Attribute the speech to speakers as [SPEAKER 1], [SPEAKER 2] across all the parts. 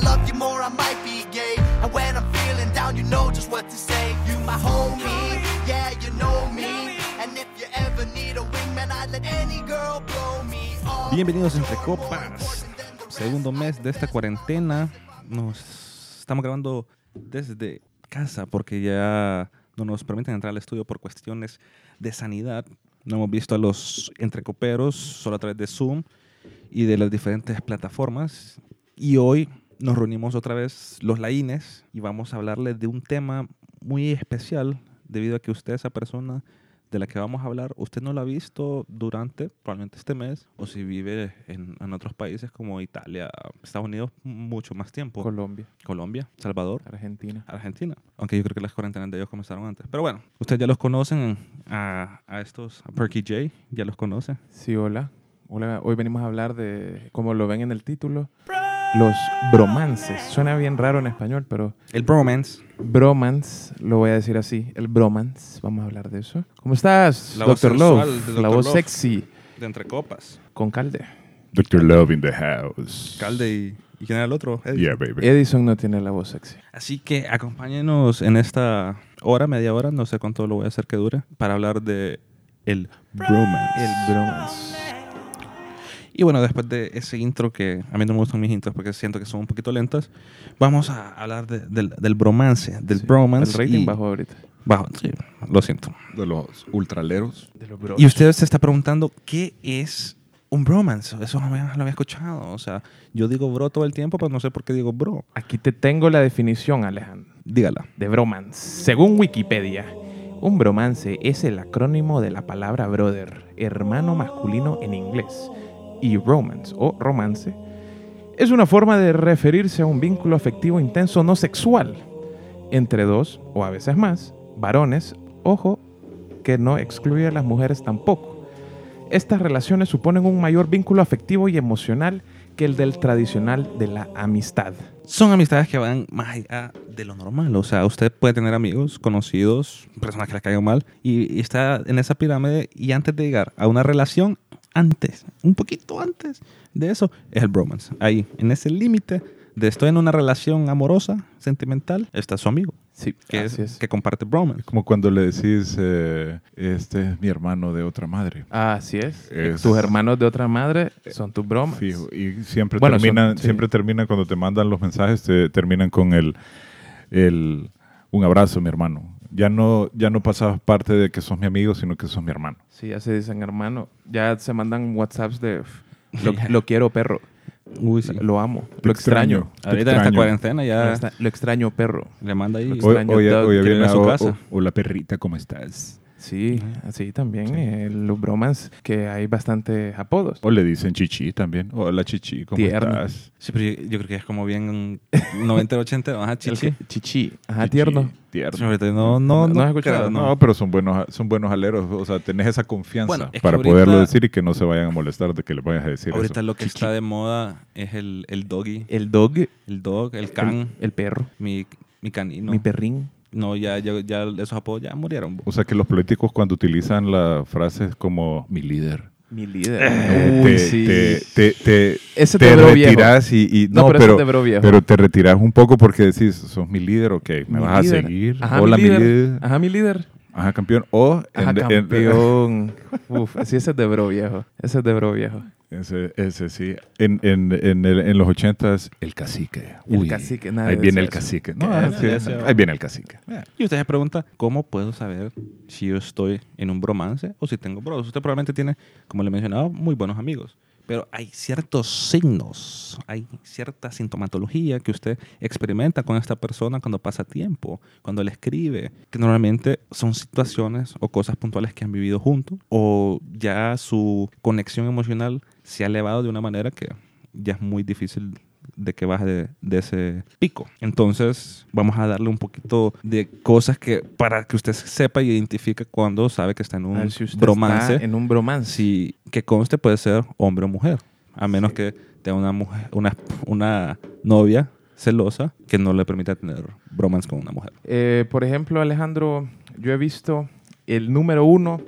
[SPEAKER 1] I might be gay. And when I'm feeling down, you know just what to say. You my homie, yeah, you know me. And if you ever need a wingman, I'd let any girl blow me off.
[SPEAKER 2] Bienvenidos a entre copas. Segundo mes de esta cuarentena. Nos estamos grabando desde casa porque ya no nos permiten entrar al estudio por cuestiones de sanidad. No hemos visto a los entrecoperos solo a través de Zoom y de las diferentes plataformas. Y hoy nos reunimos otra vez los laines y vamos a hablarles de un tema muy especial debido a que usted, esa persona de la que vamos a hablar, usted no la ha visto durante probablemente este mes o si vive en, en otros países como Italia, Estados Unidos, mucho más tiempo.
[SPEAKER 3] Colombia,
[SPEAKER 2] Colombia, Salvador.
[SPEAKER 3] Argentina.
[SPEAKER 2] Argentina. Aunque yo creo que las cuarentenas de ellos comenzaron antes. Pero bueno, ustedes ya los conocen a, a estos, a Perky J, ya los conocen.
[SPEAKER 3] Sí, hola. Hola, hoy venimos a hablar de, como lo ven en el título, los bromances. Suena bien raro en español, pero
[SPEAKER 2] El Bromance.
[SPEAKER 3] bromance, lo voy a decir así, el bromance. Vamos a hablar de eso. ¿Cómo estás,
[SPEAKER 2] La voz
[SPEAKER 3] Doctor
[SPEAKER 2] sensual
[SPEAKER 3] Love?
[SPEAKER 2] de
[SPEAKER 3] La
[SPEAKER 2] Dr.
[SPEAKER 3] voz
[SPEAKER 2] Love.
[SPEAKER 3] sexy,
[SPEAKER 2] De entre copas.
[SPEAKER 3] con calde.
[SPEAKER 4] Dr. Love in the house.
[SPEAKER 2] Calde y, y quién era el otro. Edison.
[SPEAKER 4] Yeah, baby.
[SPEAKER 3] Edison no tiene la voz sexy.
[SPEAKER 2] Así que acompáñenos en esta hora, media hora, no sé cuánto lo voy a hacer que dure, para hablar de el bromance.
[SPEAKER 3] El bromance.
[SPEAKER 2] Y bueno, después de ese intro que a mí no me gustan mis intros porque siento que son un poquito lentas, vamos a hablar de- del, del bromance, del
[SPEAKER 3] Sí,
[SPEAKER 2] bromance.
[SPEAKER 3] El rating
[SPEAKER 2] y-
[SPEAKER 3] bajo ahorita.
[SPEAKER 2] Bajo, sí, lo siento.
[SPEAKER 4] De los ultraleros.
[SPEAKER 3] De los
[SPEAKER 2] Y usted se está preguntando, ¿qué es un bromance? Eso no, me- no lo había escuchado. O sea, yo digo bro todo el tiempo, pero no sé por qué digo bro.
[SPEAKER 3] Aquí te tengo la definición, Alejandro.
[SPEAKER 2] Dígala.
[SPEAKER 3] de bromance. Según Wikipedia, un bromance es el acrónimo de la palabra brother, hermano masculino en inglés, y romance o romance es una forma de referirse a un vínculo afectivo intenso no sexual entre dos o a veces más varones, ojo, que no excluye a las mujeres tampoco. Estas relaciones suponen un mayor vínculo afectivo y emocional que el del tradicional de la amistad.
[SPEAKER 2] Son amistades que van más allá de lo normal. O sea, usted puede tener amigos, conocidos, personas que le caigan mal, y, y está en esa pirámide y antes de llegar a una relación, antes, un poquito antes de eso, es el bromance. Ahí, en ese límite de estoy en una relación amorosa, sentimental, está su amigo,
[SPEAKER 3] Sí,
[SPEAKER 2] que, es, que comparte bromance.
[SPEAKER 4] Como cuando le decís, eh, este es mi hermano de otra madre.
[SPEAKER 3] Así es.
[SPEAKER 4] Es- eh,
[SPEAKER 3] Tus hermanos de otra madre son tus bromas.
[SPEAKER 4] Fijo. Y siempre,
[SPEAKER 3] Bueno,
[SPEAKER 4] terminan,
[SPEAKER 3] son- sí.
[SPEAKER 4] siempre terminan cuando te mandan los mensajes, te terminan con el, el un abrazo, mi hermano. Ya no, ya no pasas parte de que sos mi amigo, sino que sos mi hermano.
[SPEAKER 3] Sí, ya se dicen hermano. Ya se mandan WhatsApps de lo, lo quiero, perro.
[SPEAKER 2] Uy, sí.
[SPEAKER 3] Lo amo.
[SPEAKER 4] Te
[SPEAKER 3] Lo extraño.
[SPEAKER 4] te
[SPEAKER 2] Ahorita en esta
[SPEAKER 4] extraño.
[SPEAKER 2] cuarentena
[SPEAKER 3] Lo,
[SPEAKER 2] ya
[SPEAKER 3] extra- lo extraño, perro.
[SPEAKER 2] le manda ahí.
[SPEAKER 3] Lo
[SPEAKER 4] Hoy,
[SPEAKER 3] extraño,
[SPEAKER 4] hoy-
[SPEAKER 3] Doug,
[SPEAKER 4] hoy
[SPEAKER 2] quiero ir
[SPEAKER 4] viene
[SPEAKER 2] a su
[SPEAKER 4] o-
[SPEAKER 2] casa.
[SPEAKER 4] o- Hola perrita, ¿cómo estás?
[SPEAKER 3] Sí, así también. eh, los bromas que hay bastantes apodos.
[SPEAKER 4] O le dicen chichi también. Hola chichi, ¿cómo
[SPEAKER 3] Tierno.
[SPEAKER 4] estás?
[SPEAKER 2] Sí, pero yo, yo creo que es como bien 90, 80, baja chichi.
[SPEAKER 3] El que- chichi. Ajá, Ah,
[SPEAKER 4] Chichi,
[SPEAKER 3] tierno.
[SPEAKER 4] Tierno.
[SPEAKER 2] Ahorita No, no,
[SPEAKER 3] No,
[SPEAKER 2] no.
[SPEAKER 3] no has escuchado,
[SPEAKER 2] creo,
[SPEAKER 4] No, pero son buenos, son buenos aleros. O sea, tenés esa confianza
[SPEAKER 2] Bueno, es que
[SPEAKER 4] para
[SPEAKER 2] ahorita-
[SPEAKER 4] poderlo decir y que no se vayan a molestar de que le vayas a decir
[SPEAKER 2] Ahorita
[SPEAKER 4] eso.
[SPEAKER 2] lo que está de moda es el, el doggy,
[SPEAKER 3] El dog. El,
[SPEAKER 2] el dog, el can,
[SPEAKER 3] el perro.
[SPEAKER 2] mi, mi canino.
[SPEAKER 3] Mi perrín.
[SPEAKER 2] no, ya, ya, ya esos apodos ya murieron.
[SPEAKER 4] O sea, que los políticos cuando utilizan las frases como mi líder,
[SPEAKER 3] Mi líder.
[SPEAKER 4] eh,
[SPEAKER 3] Uy,
[SPEAKER 4] te,
[SPEAKER 3] sí.
[SPEAKER 4] te, te,
[SPEAKER 3] Ese
[SPEAKER 4] te,
[SPEAKER 3] te
[SPEAKER 4] te
[SPEAKER 3] veo viejo.
[SPEAKER 4] retiras y, y-
[SPEAKER 3] No,
[SPEAKER 4] no,
[SPEAKER 3] pero, eso
[SPEAKER 4] pero,
[SPEAKER 3] te veo viejo.
[SPEAKER 4] pero te retiras un poco porque decís, sos mi líder, ok,
[SPEAKER 3] Mi
[SPEAKER 4] me vas
[SPEAKER 3] líder.
[SPEAKER 4] a seguir.
[SPEAKER 3] Ajá,
[SPEAKER 4] Hola, mi líder. Ajá,
[SPEAKER 3] Ajá, mi líder.
[SPEAKER 4] campeón. O
[SPEAKER 3] Ajá,
[SPEAKER 4] en- en-
[SPEAKER 3] campeón. Uf, así ese es de bro viejo. Ese es de bro viejo.
[SPEAKER 4] Ese, ese sí. En, en, en, el- en los ochentas, el cacique.
[SPEAKER 3] El
[SPEAKER 4] Uy,
[SPEAKER 3] cacique, nadie
[SPEAKER 4] Ahí
[SPEAKER 3] decía
[SPEAKER 4] viene el
[SPEAKER 3] eso.
[SPEAKER 4] cacique. No,
[SPEAKER 2] Nadie
[SPEAKER 4] ah, sí,
[SPEAKER 2] decía eso.
[SPEAKER 4] ahí viene el cacique.
[SPEAKER 2] Y usted se pregunta, ¿cómo puedo saber si yo estoy en un bromance o si tengo bros? Usted probablemente tiene, como le he mencionado, muy buenos amigos. Pero hay ciertos signos, hay cierta sintomatología que usted experimenta con esta persona cuando pasa tiempo, cuando le escribe, que normalmente son situaciones o cosas puntuales que han vivido juntos o ya su conexión emocional se ha elevado de una manera que ya es muy difícil de que baje de, de ese pico. Entonces, vamos a darle un poquito de cosas que para que usted sepa y identifique cuando sabe que está en
[SPEAKER 3] A
[SPEAKER 2] un
[SPEAKER 3] ver Ah, si usted
[SPEAKER 2] bromance.
[SPEAKER 3] está en un bromance.
[SPEAKER 2] Si que conste puede ser hombre o mujer, a menos que tenga una mujer, una, una novia celosa que no le permita tener bromance con una mujer.
[SPEAKER 3] Eh, por ejemplo, Alejandro, yo he visto el número uno,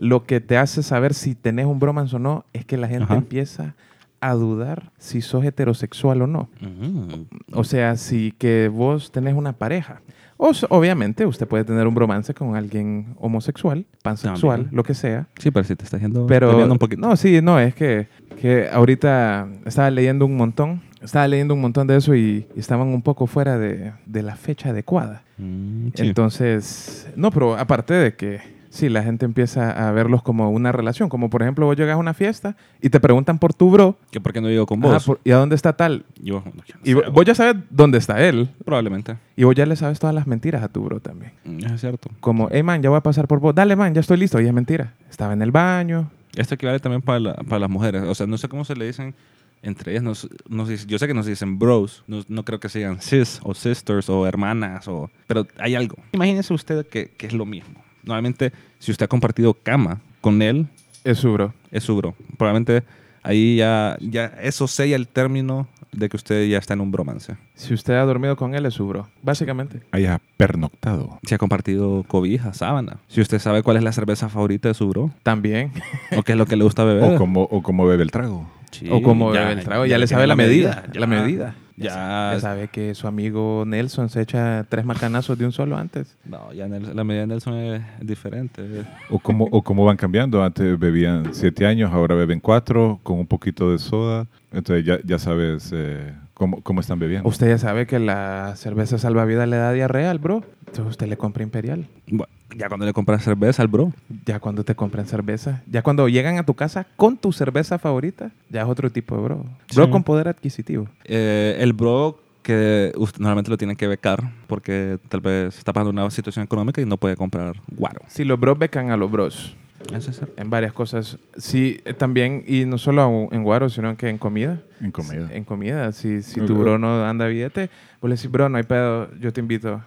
[SPEAKER 3] lo que te hace saber si tenés un bromance o no, es que la gente
[SPEAKER 2] Ajá.
[SPEAKER 3] empieza a dudar si sos heterosexual o no.
[SPEAKER 2] Mm.
[SPEAKER 3] O sea, si que vos tenés una pareja. O, s- obviamente, usted puede tener un romance con alguien homosexual, pansexual,
[SPEAKER 2] También.
[SPEAKER 3] lo que sea.
[SPEAKER 2] Sí, pero sí te está yendo
[SPEAKER 3] Pero,
[SPEAKER 2] desviando un poquito.
[SPEAKER 3] no, sí, no, es que, que ahorita estaba leyendo un montón, estaba leyendo un montón de eso y, y estaban un poco fuera de, de la fecha adecuada.
[SPEAKER 2] Mm, sí.
[SPEAKER 3] Entonces, no, pero aparte de que, sí, la gente empieza a verlos como una relación, como por ejemplo vos llegas a una fiesta y te preguntan por tu bro,
[SPEAKER 2] ¿Que ¿Por qué no llego con
[SPEAKER 3] "Ajá,
[SPEAKER 2] vos?
[SPEAKER 3] por- ¿y a dónde está tal?
[SPEAKER 2] Yo, no, yo no
[SPEAKER 3] Y
[SPEAKER 2] sé,
[SPEAKER 3] vo- vos ya sabes dónde está él,
[SPEAKER 2] Probablemente.
[SPEAKER 3] y vos ya le sabes todas las mentiras a tu bro también.
[SPEAKER 2] Mm, Es cierto.
[SPEAKER 3] Como, hey man, ya voy a pasar por vos. Dale man, ya estoy listo. Y es mentira. Estaba en el baño.
[SPEAKER 2] Esto equivale también para, la- para las mujeres. O sea, no sé cómo se le dicen entre ellas. Nos, nos dicen- yo sé que nos dicen bros. No, no creo que sean sis o sisters o hermanas. O, pero hay algo. Imagínese usted que, que es lo mismo. Normalmente, si usted ha compartido cama con él,
[SPEAKER 3] Es su bro.
[SPEAKER 2] es su bro. Probablemente ahí ya, ya eso sella el término de que usted ya está en un bromance.
[SPEAKER 3] Si usted ha dormido con él, es su bro. Básicamente.
[SPEAKER 4] Hayas pernoctado.
[SPEAKER 2] Si ha compartido cobija, sábana. Si usted sabe cuál es la cerveza favorita de su bro.
[SPEAKER 3] También.
[SPEAKER 2] O qué es lo que le gusta beber.
[SPEAKER 4] O como, o como bebe el trago.
[SPEAKER 2] Sí,
[SPEAKER 3] o como bebe el trago. Ya, le sabe
[SPEAKER 2] tiene
[SPEAKER 3] la medida. La medida.
[SPEAKER 2] Ya.
[SPEAKER 3] Ya sabe que su amigo Nelson se echa tres macanazos de un solo antes.
[SPEAKER 2] No, ya Nelson- la medida de Nelson es diferente.
[SPEAKER 4] O como, o como van cambiando. Antes bebían siete años, ahora beben cuatro, con un poquito de soda. Entonces ya, ya sabes eh, cómo, cómo están bebiendo.
[SPEAKER 3] Usted ya sabe que la cerveza salvavidas le da diarrea al bro. Entonces usted le compra imperial.
[SPEAKER 2] Bueno, ya cuando le compras cerveza al bro.
[SPEAKER 3] Ya cuando te compran cerveza. Ya cuando llegan a tu casa con tu cerveza favorita. Ya es otro tipo de bro. Bro
[SPEAKER 2] Sí.
[SPEAKER 3] con poder adquisitivo.
[SPEAKER 2] Eh, el bro que usted normalmente lo tiene que becar porque tal vez está pasando una situación económica y no puede comprar guaro.
[SPEAKER 3] Si los bros becan a los bros
[SPEAKER 2] Eso es cierto.
[SPEAKER 3] en varias cosas. Sí, eh, también, y no solo en guaro, sino que en comida.
[SPEAKER 4] En comida.
[SPEAKER 3] En comida. Si, si tu bro no anda billete, vos le decís, bro, no hay pedo, yo te invito.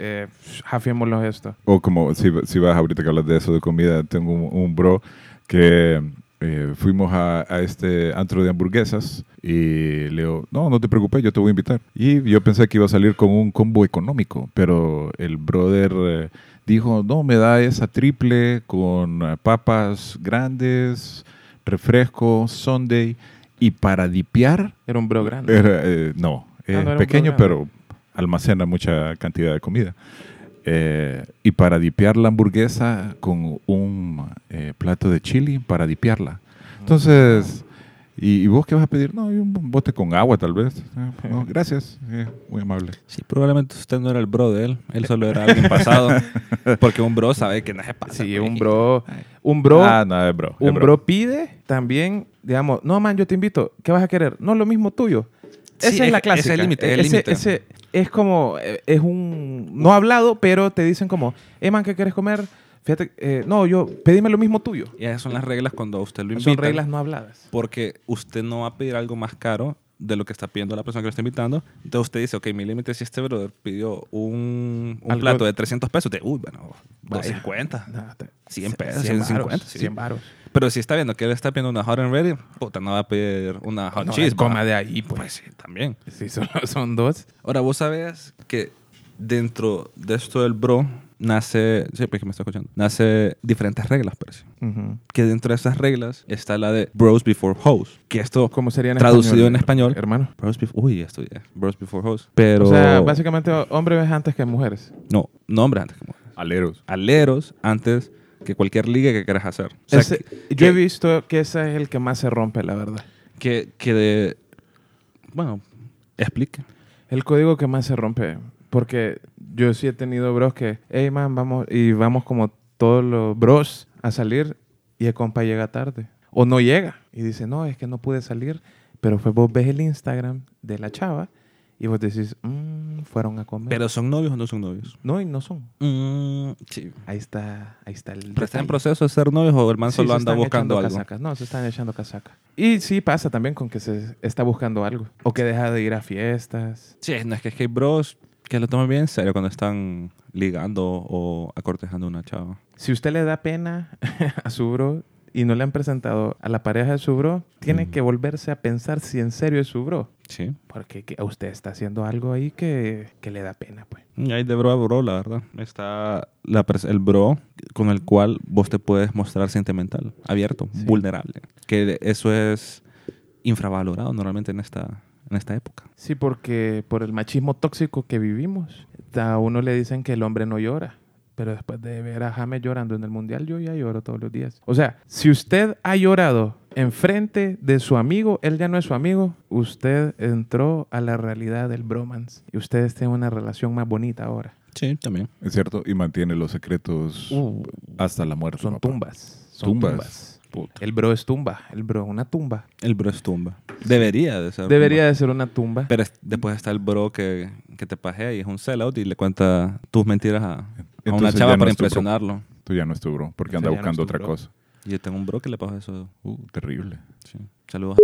[SPEAKER 3] Eh, jafiémoslo esto.
[SPEAKER 4] O como si, si vas ahorita que hablas de eso de comida, tengo un, un bro que eh, fuimos a, a este antro de hamburguesas y le digo, no, no te preocupes, yo te voy a invitar. Y yo pensé que iba a salir con un combo económico, pero el brother eh, dijo, no, me da esa triple con eh, papas grandes, refresco, sundae y para dipear,
[SPEAKER 3] Era un bro grande.
[SPEAKER 4] era, eh, no, es
[SPEAKER 3] Ah, no, era un
[SPEAKER 4] pequeño,
[SPEAKER 3] programa.
[SPEAKER 4] pero almacena mucha cantidad de comida. Eh, y para dipear la hamburguesa con un eh, plato de chili para dipearla. Entonces, ¿y, y vos qué vas a pedir? No, y un bote con agua tal vez. "Ah, no, gracias, Eh, muy amable.
[SPEAKER 2] Sí, probablemente usted no era el bro de él. Él solo era alguien pasado. Porque un bro sabe que no se pasa. pues.
[SPEAKER 3] Sí,
[SPEAKER 2] güey.
[SPEAKER 3] un bro. Un bro.
[SPEAKER 4] ah, nada, es bro. es
[SPEAKER 3] un bro. pide también, digamos, no man, yo te invito, ¿qué vas a querer? No, lo mismo tuyo.
[SPEAKER 2] Sí,
[SPEAKER 3] Esa es,
[SPEAKER 2] es-
[SPEAKER 3] la
[SPEAKER 2] ese es
[SPEAKER 3] clásica.
[SPEAKER 2] el límite, es el
[SPEAKER 3] Ese-
[SPEAKER 2] límite.
[SPEAKER 3] ese- es como, eh, es un, no hablado, pero te dicen como, eh man, ¿qué quieres comer? Fíjate, eh, no, yo, pedime lo mismo tuyo.
[SPEAKER 2] Y esas son las reglas cuando a usted lo invita.
[SPEAKER 3] Son reglas no habladas.
[SPEAKER 2] Porque usted no va a pedir algo más caro de lo que está pidiendo la persona que lo está invitando. Entonces usted dice, ok, mi límite si este brother pidió un, un
[SPEAKER 3] Algo-
[SPEAKER 2] plato de 300 pesos, de, uy, bueno,
[SPEAKER 3] Vaya.
[SPEAKER 2] 250.
[SPEAKER 3] No, te-
[SPEAKER 2] 100 pesos,
[SPEAKER 3] varos,
[SPEAKER 2] 150, sí.
[SPEAKER 3] 100 varos.
[SPEAKER 2] Pero si está viendo que él está pidiendo una hot and ready, puta, no va a pedir una hot
[SPEAKER 3] No,
[SPEAKER 2] cheese.
[SPEAKER 3] coma
[SPEAKER 2] ¿va?
[SPEAKER 3] de ahí, pues.
[SPEAKER 2] Pues sí, también.
[SPEAKER 3] Sí, solo son dos.
[SPEAKER 2] Ahora, vos sabés que dentro de esto del bro nace, sí, pues que me está escuchando, nace diferentes reglas, parece.
[SPEAKER 3] Ujú.
[SPEAKER 2] Que dentro de esas reglas está la de bros before hoes. Que esto,
[SPEAKER 3] ¿Cómo sería en
[SPEAKER 2] traducido
[SPEAKER 3] español,
[SPEAKER 2] en español,
[SPEAKER 3] Hermano.
[SPEAKER 2] Bros before, uy, esto ya. Bros before hoes. Pero.
[SPEAKER 3] O sea, básicamente hombres ves antes que mujeres.
[SPEAKER 2] No, nombres antes que mujeres.
[SPEAKER 4] Aleros.
[SPEAKER 2] Aleros antes que cualquier liga que quieras hacer. O sea,
[SPEAKER 3] Ese-
[SPEAKER 2] que,
[SPEAKER 3] yo he
[SPEAKER 2] que-
[SPEAKER 3] visto que ese es el que más se rompe, la verdad.
[SPEAKER 2] que, que de. Bueno, explica.
[SPEAKER 3] El código que más se rompe. Porque yo sí he tenido bros que, hey man, vamos, y vamos como todos los bros a salir y el compa llega tarde. O no llega. Y dice, no, es que no pude salir. Pero fue vos ves el Instagram de la chava y vos decís, "Mm, fueron a comer.
[SPEAKER 2] Pero son novios o no son novios.
[SPEAKER 3] no, y no son.
[SPEAKER 2] Mm, sí.
[SPEAKER 3] Ahí está, ahí está el.
[SPEAKER 2] Pero está en
[SPEAKER 3] detalle.
[SPEAKER 2] proceso de ser novios o el man
[SPEAKER 3] Sí,
[SPEAKER 2] solo
[SPEAKER 3] se
[SPEAKER 2] anda
[SPEAKER 3] están
[SPEAKER 2] buscando
[SPEAKER 3] echando
[SPEAKER 2] algo.
[SPEAKER 3] casacas. No, se están echando casaca. Y sí pasa también con que se está buscando algo. O que deja de ir a fiestas.
[SPEAKER 2] Sí, no es que es que hay bros que lo toman bien en serio cuando están ligando o acortejando a una chava.
[SPEAKER 3] Si usted le da pena a su bro y no le han presentado a la pareja de su bro, tiene
[SPEAKER 2] Mm.
[SPEAKER 3] que volverse a pensar si en serio es su bro.
[SPEAKER 2] Sí.
[SPEAKER 3] Porque que- usted está haciendo algo ahí que, que le da pena, pues.
[SPEAKER 2] Y hay de bro a bro, la verdad. Está la pers- el bro con el cual vos te puedes mostrar sentimental, abierto,
[SPEAKER 3] Sí.
[SPEAKER 2] vulnerable. Que eso es infravalorado normalmente en esta, en esta época.
[SPEAKER 3] Sí, porque por el machismo tóxico que vivimos, a uno le dicen que el hombre no llora. Pero después de ver a James llorando en el Mundial, yo ya lloro todos los días. O sea, si usted ha llorado enfrente de su amigo, él ya no es su amigo, usted entró a la realidad del bromance. Y ustedes tienen una relación más bonita ahora.
[SPEAKER 2] Sí, también.
[SPEAKER 4] Es cierto, y mantiene los secretos
[SPEAKER 3] Uh,
[SPEAKER 4] hasta la muerte.
[SPEAKER 3] son
[SPEAKER 4] papá.
[SPEAKER 3] tumbas. Son
[SPEAKER 4] Tumbas.
[SPEAKER 3] tumbas. El bro es tumba. El bro es una tumba.
[SPEAKER 2] El bro es tumba. Debería de ser.
[SPEAKER 3] Debería
[SPEAKER 2] tumba.
[SPEAKER 3] de ser una tumba.
[SPEAKER 2] Pero es- después está el bro que, que te pajea y es un sellout y le cuenta tus mentiras a, a una
[SPEAKER 4] Entonces ya
[SPEAKER 2] chava
[SPEAKER 4] no
[SPEAKER 2] para
[SPEAKER 4] es tu bro.
[SPEAKER 2] impresionarlo.
[SPEAKER 4] Tú ya no es tu bro,
[SPEAKER 3] Ese
[SPEAKER 4] porque anda
[SPEAKER 3] ya no es
[SPEAKER 4] buscando
[SPEAKER 3] tu
[SPEAKER 4] otra
[SPEAKER 3] bro.
[SPEAKER 4] cosa.
[SPEAKER 2] Y yo tengo un bro que le pasa eso.
[SPEAKER 4] Uh, terrible.
[SPEAKER 2] Sí. Saludos.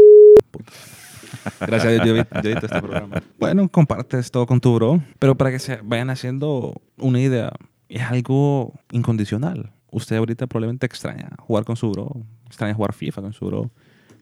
[SPEAKER 2] Puta. Gracias a Dios, yo vi- yo edito este programa. Bueno, compartes todo con tu bro, pero para que se vayan haciendo una idea, es algo incondicional. Usted ahorita probablemente extraña jugar con su bro, extraña jugar FIFA con su bro,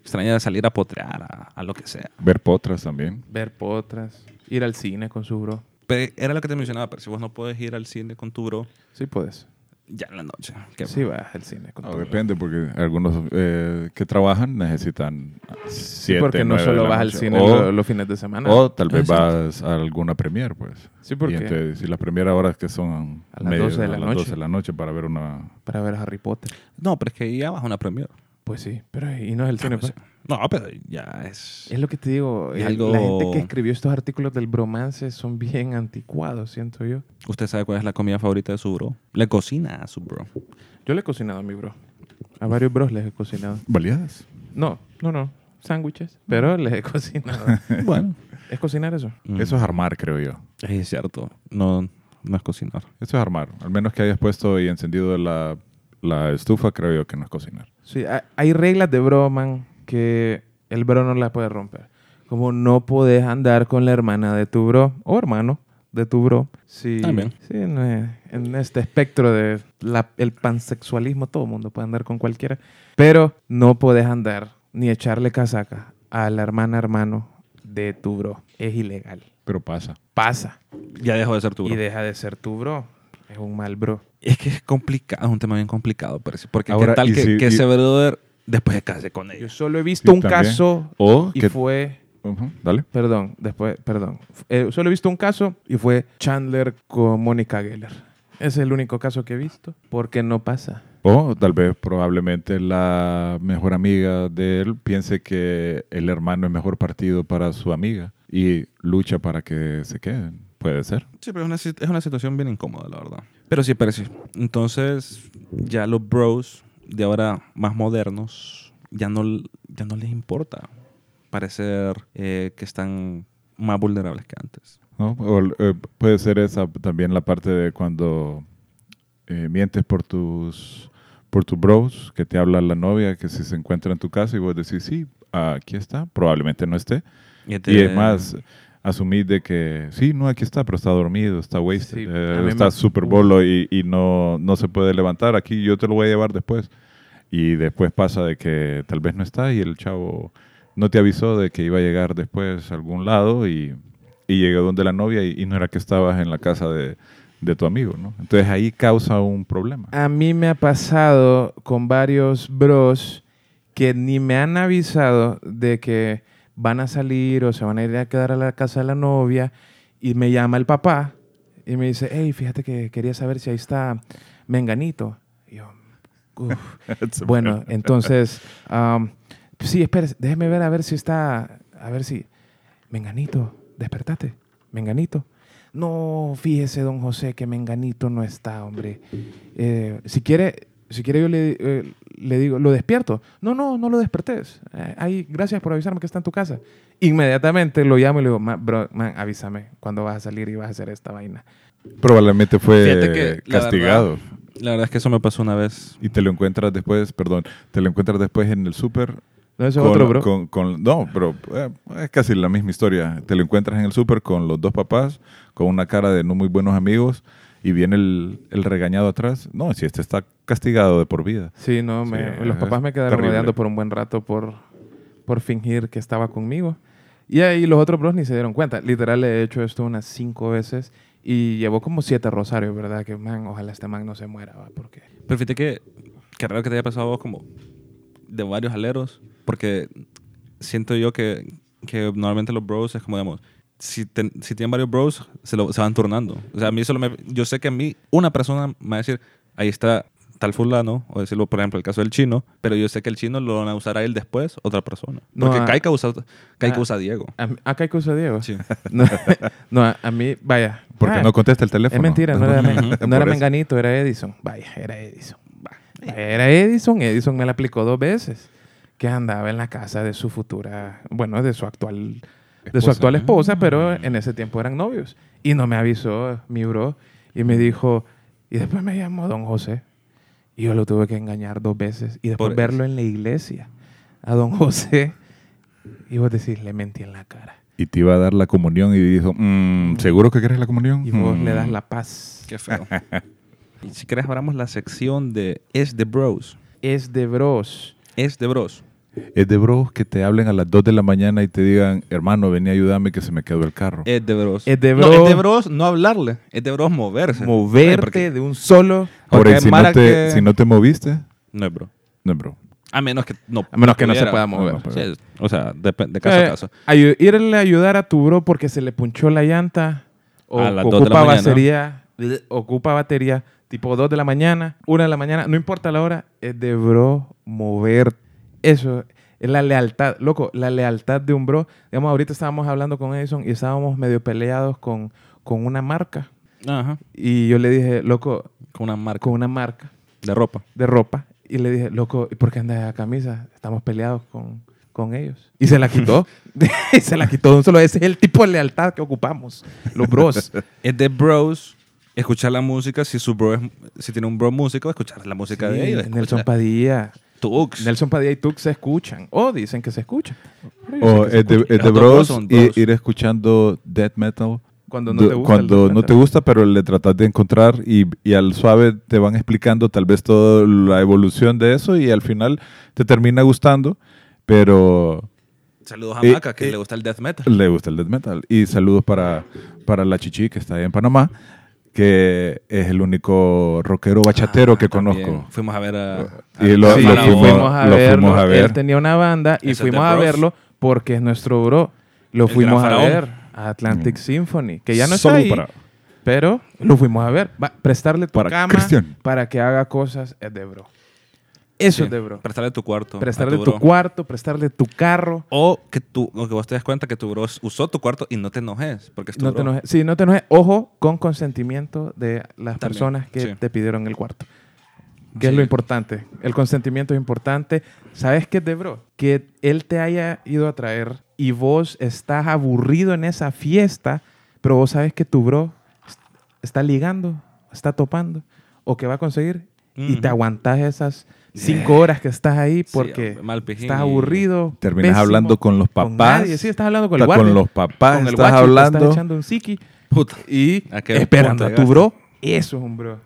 [SPEAKER 2] extraña salir a potrear, a, a lo que sea.
[SPEAKER 4] Ver potras también.
[SPEAKER 3] Ver potras. Ir al cine con su bro.
[SPEAKER 2] Pero era lo que te mencionaba, pero si vos no puedes ir al cine con tu bro,
[SPEAKER 3] Sí puedes.
[SPEAKER 2] ya en la noche. ¿qué?
[SPEAKER 3] Sí vas al cine con
[SPEAKER 4] No,
[SPEAKER 3] tu bro.
[SPEAKER 4] Pues depende, porque algunos eh, que trabajan necesitan
[SPEAKER 3] Sí,
[SPEAKER 4] siete,
[SPEAKER 3] porque no
[SPEAKER 4] nueve de
[SPEAKER 3] solo
[SPEAKER 4] la
[SPEAKER 3] vas al
[SPEAKER 4] noche.
[SPEAKER 3] cine
[SPEAKER 4] O,
[SPEAKER 3] lo- los fines de semana. Ah,
[SPEAKER 4] o tal vez
[SPEAKER 2] Exacto.
[SPEAKER 4] vas a alguna premier, pues.
[SPEAKER 3] sí, porque
[SPEAKER 4] Y entonces, si las primeras horas que son
[SPEAKER 3] A las
[SPEAKER 4] medio-
[SPEAKER 3] 12 de la
[SPEAKER 4] a las
[SPEAKER 3] noche.
[SPEAKER 4] 12 de la noche para ver una...
[SPEAKER 3] para ver a Harry Potter.
[SPEAKER 2] No, pero es que ya vas a una premier.
[SPEAKER 3] Pues sí, pero y no es el cine.
[SPEAKER 2] Ah, pues,
[SPEAKER 3] pues.
[SPEAKER 2] No, pero ya es...
[SPEAKER 3] Es lo que te digo.
[SPEAKER 2] Y
[SPEAKER 3] eh,
[SPEAKER 2] algo-
[SPEAKER 3] La gente que escribió estos artículos del bromance son bien anticuados, siento yo.
[SPEAKER 2] ¿Usted sabe cuál es la comida favorita de su bro? Le cocina a su bro.
[SPEAKER 3] Yo le he cocinado a mi bro. A varios bros les he cocinado.
[SPEAKER 4] Baleadas.
[SPEAKER 3] No, no, no. Sándwiches. Pero les he cocinado.
[SPEAKER 2] Bueno.
[SPEAKER 3] ¿Es cocinar eso?
[SPEAKER 4] Eso es armar, creo yo.
[SPEAKER 2] es cierto. No, no es cocinar.
[SPEAKER 4] Eso es armar. Al menos que hayas puesto y encendido la, la estufa, creo yo que no es cocinar.
[SPEAKER 3] Sí, ha- hay reglas de broman que el bro no las puede romper. Como no podés andar con la hermana de tu bro o hermano de tu bro. Sí,
[SPEAKER 2] También.
[SPEAKER 3] sí, en, eh, en este espectro de la- el pansexualismo todo el mundo puede andar con cualquiera, pero no podés andar ni echarle casaca a la hermana hermano de tu bro. Es ilegal.
[SPEAKER 4] Pero pasa.
[SPEAKER 3] Pasa
[SPEAKER 2] Ya dejó de ser tu bro.
[SPEAKER 3] y deja de ser tu bro. Es un mal bro.
[SPEAKER 2] Es que es complicado, es un tema bien complicado, parece. Porque
[SPEAKER 4] Ahora,
[SPEAKER 2] qué tal
[SPEAKER 4] y
[SPEAKER 2] que,
[SPEAKER 4] si-
[SPEAKER 2] que
[SPEAKER 4] y-
[SPEAKER 2] ese brother después se case con
[SPEAKER 3] Yo
[SPEAKER 2] ella.
[SPEAKER 3] solo he visto
[SPEAKER 4] Eh, Sí,
[SPEAKER 3] un
[SPEAKER 4] también.
[SPEAKER 3] caso
[SPEAKER 4] O
[SPEAKER 3] y
[SPEAKER 4] que...
[SPEAKER 3] fue
[SPEAKER 4] Ujú, dale.
[SPEAKER 3] Perdón, después, perdón. Eh, solo he visto un caso y fue Chandler con Mónica Geller. Es el único caso que he visto porque no pasa.
[SPEAKER 4] O tal vez probablemente la mejor amiga de él piense que el hermano es mejor partido para su amiga y lucha para que se queden. Puede ser.
[SPEAKER 2] Sí, pero es una, sit- es una situación bien incómoda, la verdad. Pero sí, parece. Entonces, ya los bros de ahora más modernos, ya no, l- ya no les importa parecer eh, que están más vulnerables que antes.
[SPEAKER 4] ¿no? O, eh, puede ser esa también la parte de cuando eh, mientes por tus por tus bros, que te habla la novia, que si se encuentra en tu casa y vos decís, sí, aquí está, probablemente no esté.
[SPEAKER 2] Y,
[SPEAKER 4] Y
[SPEAKER 3] Este,
[SPEAKER 4] es más, asumir de que, sí, no, aquí está, pero está dormido, está wasted,
[SPEAKER 3] Sí,
[SPEAKER 4] eh,
[SPEAKER 3] a mí me-
[SPEAKER 4] está súper bolo y, y no, no se puede levantar, aquí yo te lo voy a llevar después. Y después pasa de que tal vez no está y el chavo no te avisó de que iba a llegar después a algún lado y, y llegó donde la novia y, y no era que estabas en la casa de, de tu amigo, ¿no? Entonces ahí causa un problema.
[SPEAKER 3] A mí me ha pasado con varios bros que ni me han avisado de que van a salir o se van a ir a quedar a la casa de la novia y me llama el papá y me dice, hey, fíjate que quería saber si ahí está Menganito. Y yo, "Uf". Bueno, entonces, am, sí, espérese, déjeme ver a ver si está, a ver si, Menganito, despertate, Menganito. No, fíjese, don José, que Menganito no está, hombre. Eh, si quiere, si quiere yo le, eh, le digo, lo despierto. No, no, no lo despertes. Eh, ahí, gracias por avisarme que está en tu casa. Inmediatamente lo llamo y le digo, "Ma- bro, man, avísame cuando vas a salir y vas a hacer esta vaina.
[SPEAKER 4] probablemente
[SPEAKER 2] Fíjate
[SPEAKER 4] fue
[SPEAKER 2] que la
[SPEAKER 4] eh, castigado.
[SPEAKER 2] la verdad es que eso me pasó una vez.
[SPEAKER 4] Y te lo encuentras después, perdón, te lo encuentras después en el súper
[SPEAKER 3] No, eso es
[SPEAKER 4] con-
[SPEAKER 3] otro, bro.
[SPEAKER 4] con- con- no, pero eh, es casi la misma historia. Te lo encuentras en el súper con los dos papás, con una cara de no muy buenos amigos, y viene el, el regañado atrás. No, si este está castigado de por vida.
[SPEAKER 3] Sí, no,
[SPEAKER 4] Sí,
[SPEAKER 3] me- los
[SPEAKER 4] es
[SPEAKER 3] papás me quedaron
[SPEAKER 4] terrible.
[SPEAKER 3] rodeando por un buen rato por, por fingir que estaba conmigo. Y ahí los otros bros ni se dieron cuenta. Literal, he hecho esto unas cinco veces y llevó como siete rosarios, ¿verdad? Que, man, ojalá este man no se muera, va, porque...
[SPEAKER 2] Pero fíjate que, que raro que te haya pasado a vos como de varios aleros, porque siento yo que, que normalmente los bros es como, digamos, si, ten- si tienen varios bros, se, lo, se van turnando. O sea, a mí solo me, yo sé que a mí una persona me va a decir, ahí está tal fulano, o decirlo, por ejemplo, el caso del chino, pero yo sé que el chino lo van a usar a él después otra persona.
[SPEAKER 3] No,
[SPEAKER 2] Porque
[SPEAKER 3] a-
[SPEAKER 2] Kaika usa, Kaika
[SPEAKER 3] a-
[SPEAKER 2] usa a Diego.
[SPEAKER 3] A mí- Acá hay cosa, Diego.
[SPEAKER 2] Sí.
[SPEAKER 3] No, no, a, a mí, vaya.
[SPEAKER 4] Porque
[SPEAKER 3] Ah,
[SPEAKER 4] no contesta el teléfono.
[SPEAKER 3] Es mentira, no era, men-
[SPEAKER 4] Por
[SPEAKER 3] no era
[SPEAKER 4] eso.
[SPEAKER 3] Menganito, era Edison. Vaya, era Edison. Era Edison, Edison me la aplicó dos veces. Que andaba en la casa de su futura, bueno, de su actual, de su
[SPEAKER 4] Esposa. Ah.
[SPEAKER 3] actual esposa, pero en ese tiempo eran novios. Y no me avisó mi bro y me dijo, y después me llamó Don José. Y yo lo tuve que engañar dos veces. Y después
[SPEAKER 2] Por eso.
[SPEAKER 3] verlo en la iglesia a Don José. Y vos decís, le mentí en la cara.
[SPEAKER 4] Y te iba a dar la comunión y dijo, "Mm, ¿seguro que querés la comunión?
[SPEAKER 3] Y vos
[SPEAKER 4] Mm".
[SPEAKER 3] le das la paz.
[SPEAKER 2] Qué feo. Y si querés, abramos la sección de Es de Bros.
[SPEAKER 3] Es de bros.
[SPEAKER 2] Es de Bros.
[SPEAKER 4] Es de bros que te hablen a las 2 de la mañana y te digan, hermano, vení a ayudarme que se me quedó el carro.
[SPEAKER 3] Eh,
[SPEAKER 2] Es de Bros.
[SPEAKER 3] Es de
[SPEAKER 2] No,
[SPEAKER 3] bros.
[SPEAKER 2] es de Bros no hablarle. Es de Bros moverse.
[SPEAKER 3] moverte
[SPEAKER 2] Ay, porque-
[SPEAKER 3] de un solo.
[SPEAKER 4] Por
[SPEAKER 2] porque
[SPEAKER 4] si,
[SPEAKER 2] Mara
[SPEAKER 4] no te,
[SPEAKER 2] que-
[SPEAKER 4] si no te moviste,
[SPEAKER 2] No es bro.
[SPEAKER 4] no, bro.
[SPEAKER 2] A menos que no,
[SPEAKER 3] A menos que no se pueda pues.
[SPEAKER 4] mover.
[SPEAKER 2] Sí, es- o sea, depende de caso a
[SPEAKER 3] Eh,
[SPEAKER 2] caso.
[SPEAKER 3] ayu- irle a ayudar a tu bro porque se le punchó la llanta o
[SPEAKER 2] A las
[SPEAKER 3] ocupa
[SPEAKER 2] dos de la mañana.
[SPEAKER 3] batería, ocupa batería tipo 2 de la mañana, 1 de la mañana, no importa la hora, es de bro mover. Eso es la lealtad, loco, la lealtad de un bro. Digamos, ahorita estábamos hablando con Edison y estábamos medio peleados con, con una marca
[SPEAKER 2] Ajá.
[SPEAKER 3] y yo le dije, loco,
[SPEAKER 2] Con una marca
[SPEAKER 3] con una marca.
[SPEAKER 2] de ropa.
[SPEAKER 3] de ropa y le dije, loco, ¿y por qué andas esa camisa? Estamos peleados con, con ellos. Y se la quitó. y se la quitó de un solo. Ese es el tipo de lealtad que ocupamos, los bros.
[SPEAKER 2] Es de Bros escuchar la música. Si su bro es- si tiene un bro músico, escuchar la música de ellos.
[SPEAKER 3] Sí, Nelson
[SPEAKER 2] escuchar
[SPEAKER 3] Padilla.
[SPEAKER 2] Tux.
[SPEAKER 3] Nelson Padilla y Tux se escuchan. O dicen que se escuchan. Pero yo sé
[SPEAKER 4] O
[SPEAKER 3] que se
[SPEAKER 4] es de,
[SPEAKER 3] escuchan.
[SPEAKER 4] es de
[SPEAKER 2] Los dos
[SPEAKER 4] bros,
[SPEAKER 2] son
[SPEAKER 4] y
[SPEAKER 2] bros.
[SPEAKER 4] ir escuchando death metal.
[SPEAKER 3] Cuando no te
[SPEAKER 4] Du-
[SPEAKER 3] gusta. el
[SPEAKER 4] cuando
[SPEAKER 3] death
[SPEAKER 4] no te
[SPEAKER 3] metal.
[SPEAKER 4] gusta, pero le tratas de encontrar y, y al suave te van explicando tal vez toda la evolución de eso y al final te termina gustando, pero
[SPEAKER 2] Saludos a
[SPEAKER 4] Eh,
[SPEAKER 2] Maca, que
[SPEAKER 4] eh.
[SPEAKER 2] le gusta el death metal.
[SPEAKER 4] le gusta el death metal. Y saludos para, para la Chichi que está ahí en Panamá, que es el único rockero bachatero
[SPEAKER 2] Ah,
[SPEAKER 4] que
[SPEAKER 2] también.
[SPEAKER 4] conozco.
[SPEAKER 2] Fuimos a ver a.
[SPEAKER 4] Y lo-
[SPEAKER 2] a-
[SPEAKER 3] Sí,
[SPEAKER 4] lo
[SPEAKER 2] a-
[SPEAKER 4] fuimos-
[SPEAKER 3] a
[SPEAKER 4] lo
[SPEAKER 3] verlo.
[SPEAKER 4] fuimos a ver.
[SPEAKER 3] Él tenía una banda y
[SPEAKER 2] Ese es
[SPEAKER 3] fuimos
[SPEAKER 2] de
[SPEAKER 3] a
[SPEAKER 2] Bros.
[SPEAKER 3] verlo porque es nuestro bro. Lo
[SPEAKER 2] El
[SPEAKER 3] fuimos
[SPEAKER 2] gran
[SPEAKER 3] a
[SPEAKER 2] faraón.
[SPEAKER 3] ver a Atlantic
[SPEAKER 4] Mm.
[SPEAKER 3] Symphony, que ya no está
[SPEAKER 4] Solo
[SPEAKER 3] ahí.
[SPEAKER 4] para-
[SPEAKER 3] Pero lo fuimos a ver. Va, prestarle tu
[SPEAKER 4] Para
[SPEAKER 3] cama
[SPEAKER 4] Cristian.
[SPEAKER 3] para que haga cosas es de bro. Eso
[SPEAKER 2] sí,
[SPEAKER 3] es de bro.
[SPEAKER 2] Prestarle tu cuarto. a
[SPEAKER 3] Prestarle tu,
[SPEAKER 2] bro.
[SPEAKER 3] cuarto, prestarle tu carro.
[SPEAKER 2] O que, tú, o que vos te des cuenta que tu bro usó tu cuarto y no te enojes. Porque es tu
[SPEAKER 3] No te
[SPEAKER 2] bro.
[SPEAKER 3] enojes. Sí, no te enojes. Ojo con consentimiento de
[SPEAKER 2] También,
[SPEAKER 3] las personas que
[SPEAKER 2] sí.
[SPEAKER 3] te pidieron el cuarto. Que es
[SPEAKER 2] Sí.
[SPEAKER 3] lo importante. El consentimiento es importante. ¿Sabes qué es de bro? Que él te haya ido a traer y vos estás aburrido en esa fiesta, pero vos sabes que tu bro est- está ligando, está topando o que va a conseguir y
[SPEAKER 2] Ujú.
[SPEAKER 3] te aguantás esas cinco horas que estás ahí porque
[SPEAKER 2] Sí, mal pijín
[SPEAKER 3] estás
[SPEAKER 2] y-
[SPEAKER 3] aburrido.
[SPEAKER 4] Terminas
[SPEAKER 3] pésimo,
[SPEAKER 4] hablando con los
[SPEAKER 3] con
[SPEAKER 4] papás,
[SPEAKER 3] nadie. Sí, estás hablando con el
[SPEAKER 4] Está
[SPEAKER 3] guardia.
[SPEAKER 4] con los papás,
[SPEAKER 3] con el
[SPEAKER 4] estás
[SPEAKER 3] guacho, te
[SPEAKER 4] hablando.
[SPEAKER 3] Estás echando un psiqui
[SPEAKER 2] Puta.
[SPEAKER 3] y
[SPEAKER 2] ¿A qué
[SPEAKER 3] esperando a
[SPEAKER 2] punto
[SPEAKER 3] tu bro. Eso es un bro.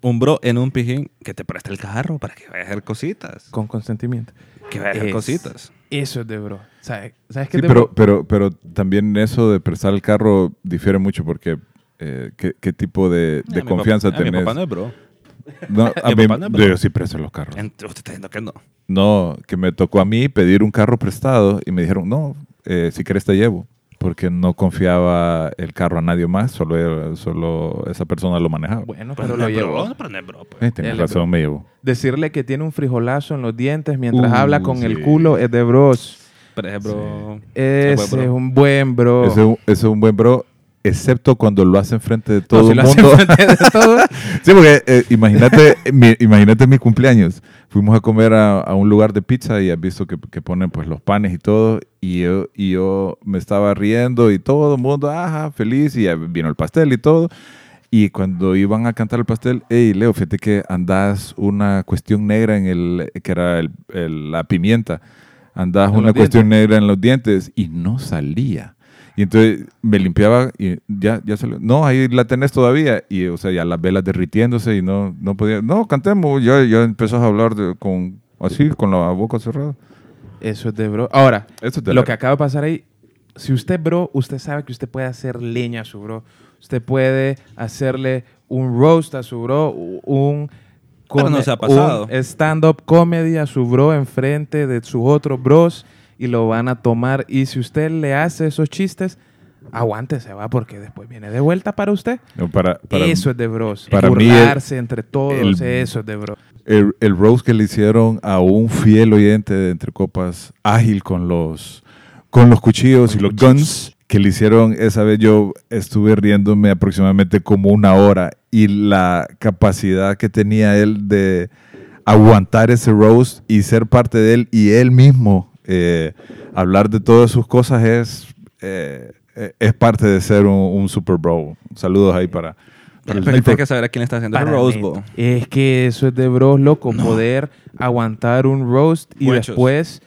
[SPEAKER 2] Un bro en un pijín que te preste el carro para que vayas a hacer cositas.
[SPEAKER 3] Con consentimiento.
[SPEAKER 2] Que vayas a hacer
[SPEAKER 3] Es-
[SPEAKER 2] cositas.
[SPEAKER 3] Eso es de bro. ¿Sabes, ¿sabes qué
[SPEAKER 4] Sí,
[SPEAKER 3] es de
[SPEAKER 4] pero,
[SPEAKER 3] bro?
[SPEAKER 4] pero, pero también eso de prestar el carro difiere mucho porque eh, ¿qué, qué tipo de, de
[SPEAKER 2] Ah, mi
[SPEAKER 4] confianza
[SPEAKER 2] papá- ah,
[SPEAKER 4] tenés.
[SPEAKER 2] Mi papá no es bro.
[SPEAKER 4] No, a
[SPEAKER 2] mi
[SPEAKER 4] mí,
[SPEAKER 2] papá no es bro.
[SPEAKER 4] yo sí presto los carros.
[SPEAKER 2] Ent- Usted está diciendo que no.
[SPEAKER 4] No, que me tocó a mí pedir un carro prestado y me dijeron, no, eh, si quieres te llevo. Porque no confiaba el carro a nadie más, solo, solo esa persona lo manejaba.
[SPEAKER 3] Bueno,
[SPEAKER 2] Pues
[SPEAKER 3] pero
[SPEAKER 2] no
[SPEAKER 3] lo
[SPEAKER 2] es bro,
[SPEAKER 3] llevó.
[SPEAKER 2] no, pero no es bro. pues.
[SPEAKER 4] Eh, tenés
[SPEAKER 3] Él es
[SPEAKER 4] razón, me llevó.
[SPEAKER 3] Decirle que tiene un frijolazo en los dientes mientras
[SPEAKER 4] Uh,
[SPEAKER 3] habla con el
[SPEAKER 4] sí.
[SPEAKER 3] culo es de bros.
[SPEAKER 2] Pero es bro.
[SPEAKER 3] Ese
[SPEAKER 2] Se fue,
[SPEAKER 3] es
[SPEAKER 2] bro.
[SPEAKER 3] un buen
[SPEAKER 2] Oh.
[SPEAKER 3] bro.
[SPEAKER 4] Ese es un- ese es un buen bro, excepto cuando lo hace frente de
[SPEAKER 3] No,
[SPEAKER 4] todo
[SPEAKER 3] si
[SPEAKER 4] el
[SPEAKER 3] lo hace
[SPEAKER 4] mundo.
[SPEAKER 3] enfrente de todo,
[SPEAKER 4] Sí, porque eh, imagínate, mi, imagínate mi cumpleaños. Fuimos a comer a, a un lugar de pizza y has visto que, que ponen pues los panes y todo. Y yo, y yo me estaba riendo y todo el mundo, ajá, feliz. Y ya vino el pastel y todo. Y cuando iban a cantar el pastel, hey, Leo, fíjate que andás una cuestión negra en el, que era el- el- la pimienta. Andás
[SPEAKER 3] En
[SPEAKER 4] una
[SPEAKER 3] los
[SPEAKER 4] cuestión negra en los dientes y no salía. Y entonces me limpiaba y ya, ya salió. No, ahí la tenés todavía. Y, o sea, ya las velas derritiéndose y no, no podía. No, cantemos. Ya, ya empezás a hablar de- con, así, con la boca cerrada.
[SPEAKER 3] Eso es de bro. Ahora,
[SPEAKER 4] Eso te
[SPEAKER 3] lo
[SPEAKER 4] la-
[SPEAKER 3] que acaba de pasar ahí, si usted bro, usted sabe que usted puede hacer leña a su bro. Usted puede hacerle un roast a su bro, u- un,
[SPEAKER 2] Pero no se ha pasado.
[SPEAKER 3] un stand-up comedy a su bro enfrente de sus otros bros y lo van a tomar. Y si usted le hace esos chistes, aguántese, va, porque después viene de vuelta para usted.
[SPEAKER 4] No, para, para-
[SPEAKER 3] eso es de bros.
[SPEAKER 4] para mí
[SPEAKER 3] Burlarse entre todos,
[SPEAKER 4] el-
[SPEAKER 3] eso es de bros.
[SPEAKER 4] el, el roast que le hicieron a un fiel oyente de Entre Copas, ágil con los, con los cuchillos y los guns, que le hicieron esa vez yo estuve riéndome aproximadamente como una hora y la capacidad que tenía él de aguantar ese roast y ser parte de él y él mismo eh, hablar de todas sus cosas es, eh, eh, es parte de ser un, un super bro. Saludos ahí para... para el
[SPEAKER 2] Pero hay
[SPEAKER 4] Nate.
[SPEAKER 2] que saber a quién le está haciendo el
[SPEAKER 3] Para
[SPEAKER 2] Rose
[SPEAKER 3] mí.
[SPEAKER 2] Bowl.
[SPEAKER 3] Es que eso es de bros, loco. Poder aguantar un roast y
[SPEAKER 2] Guachos.
[SPEAKER 3] después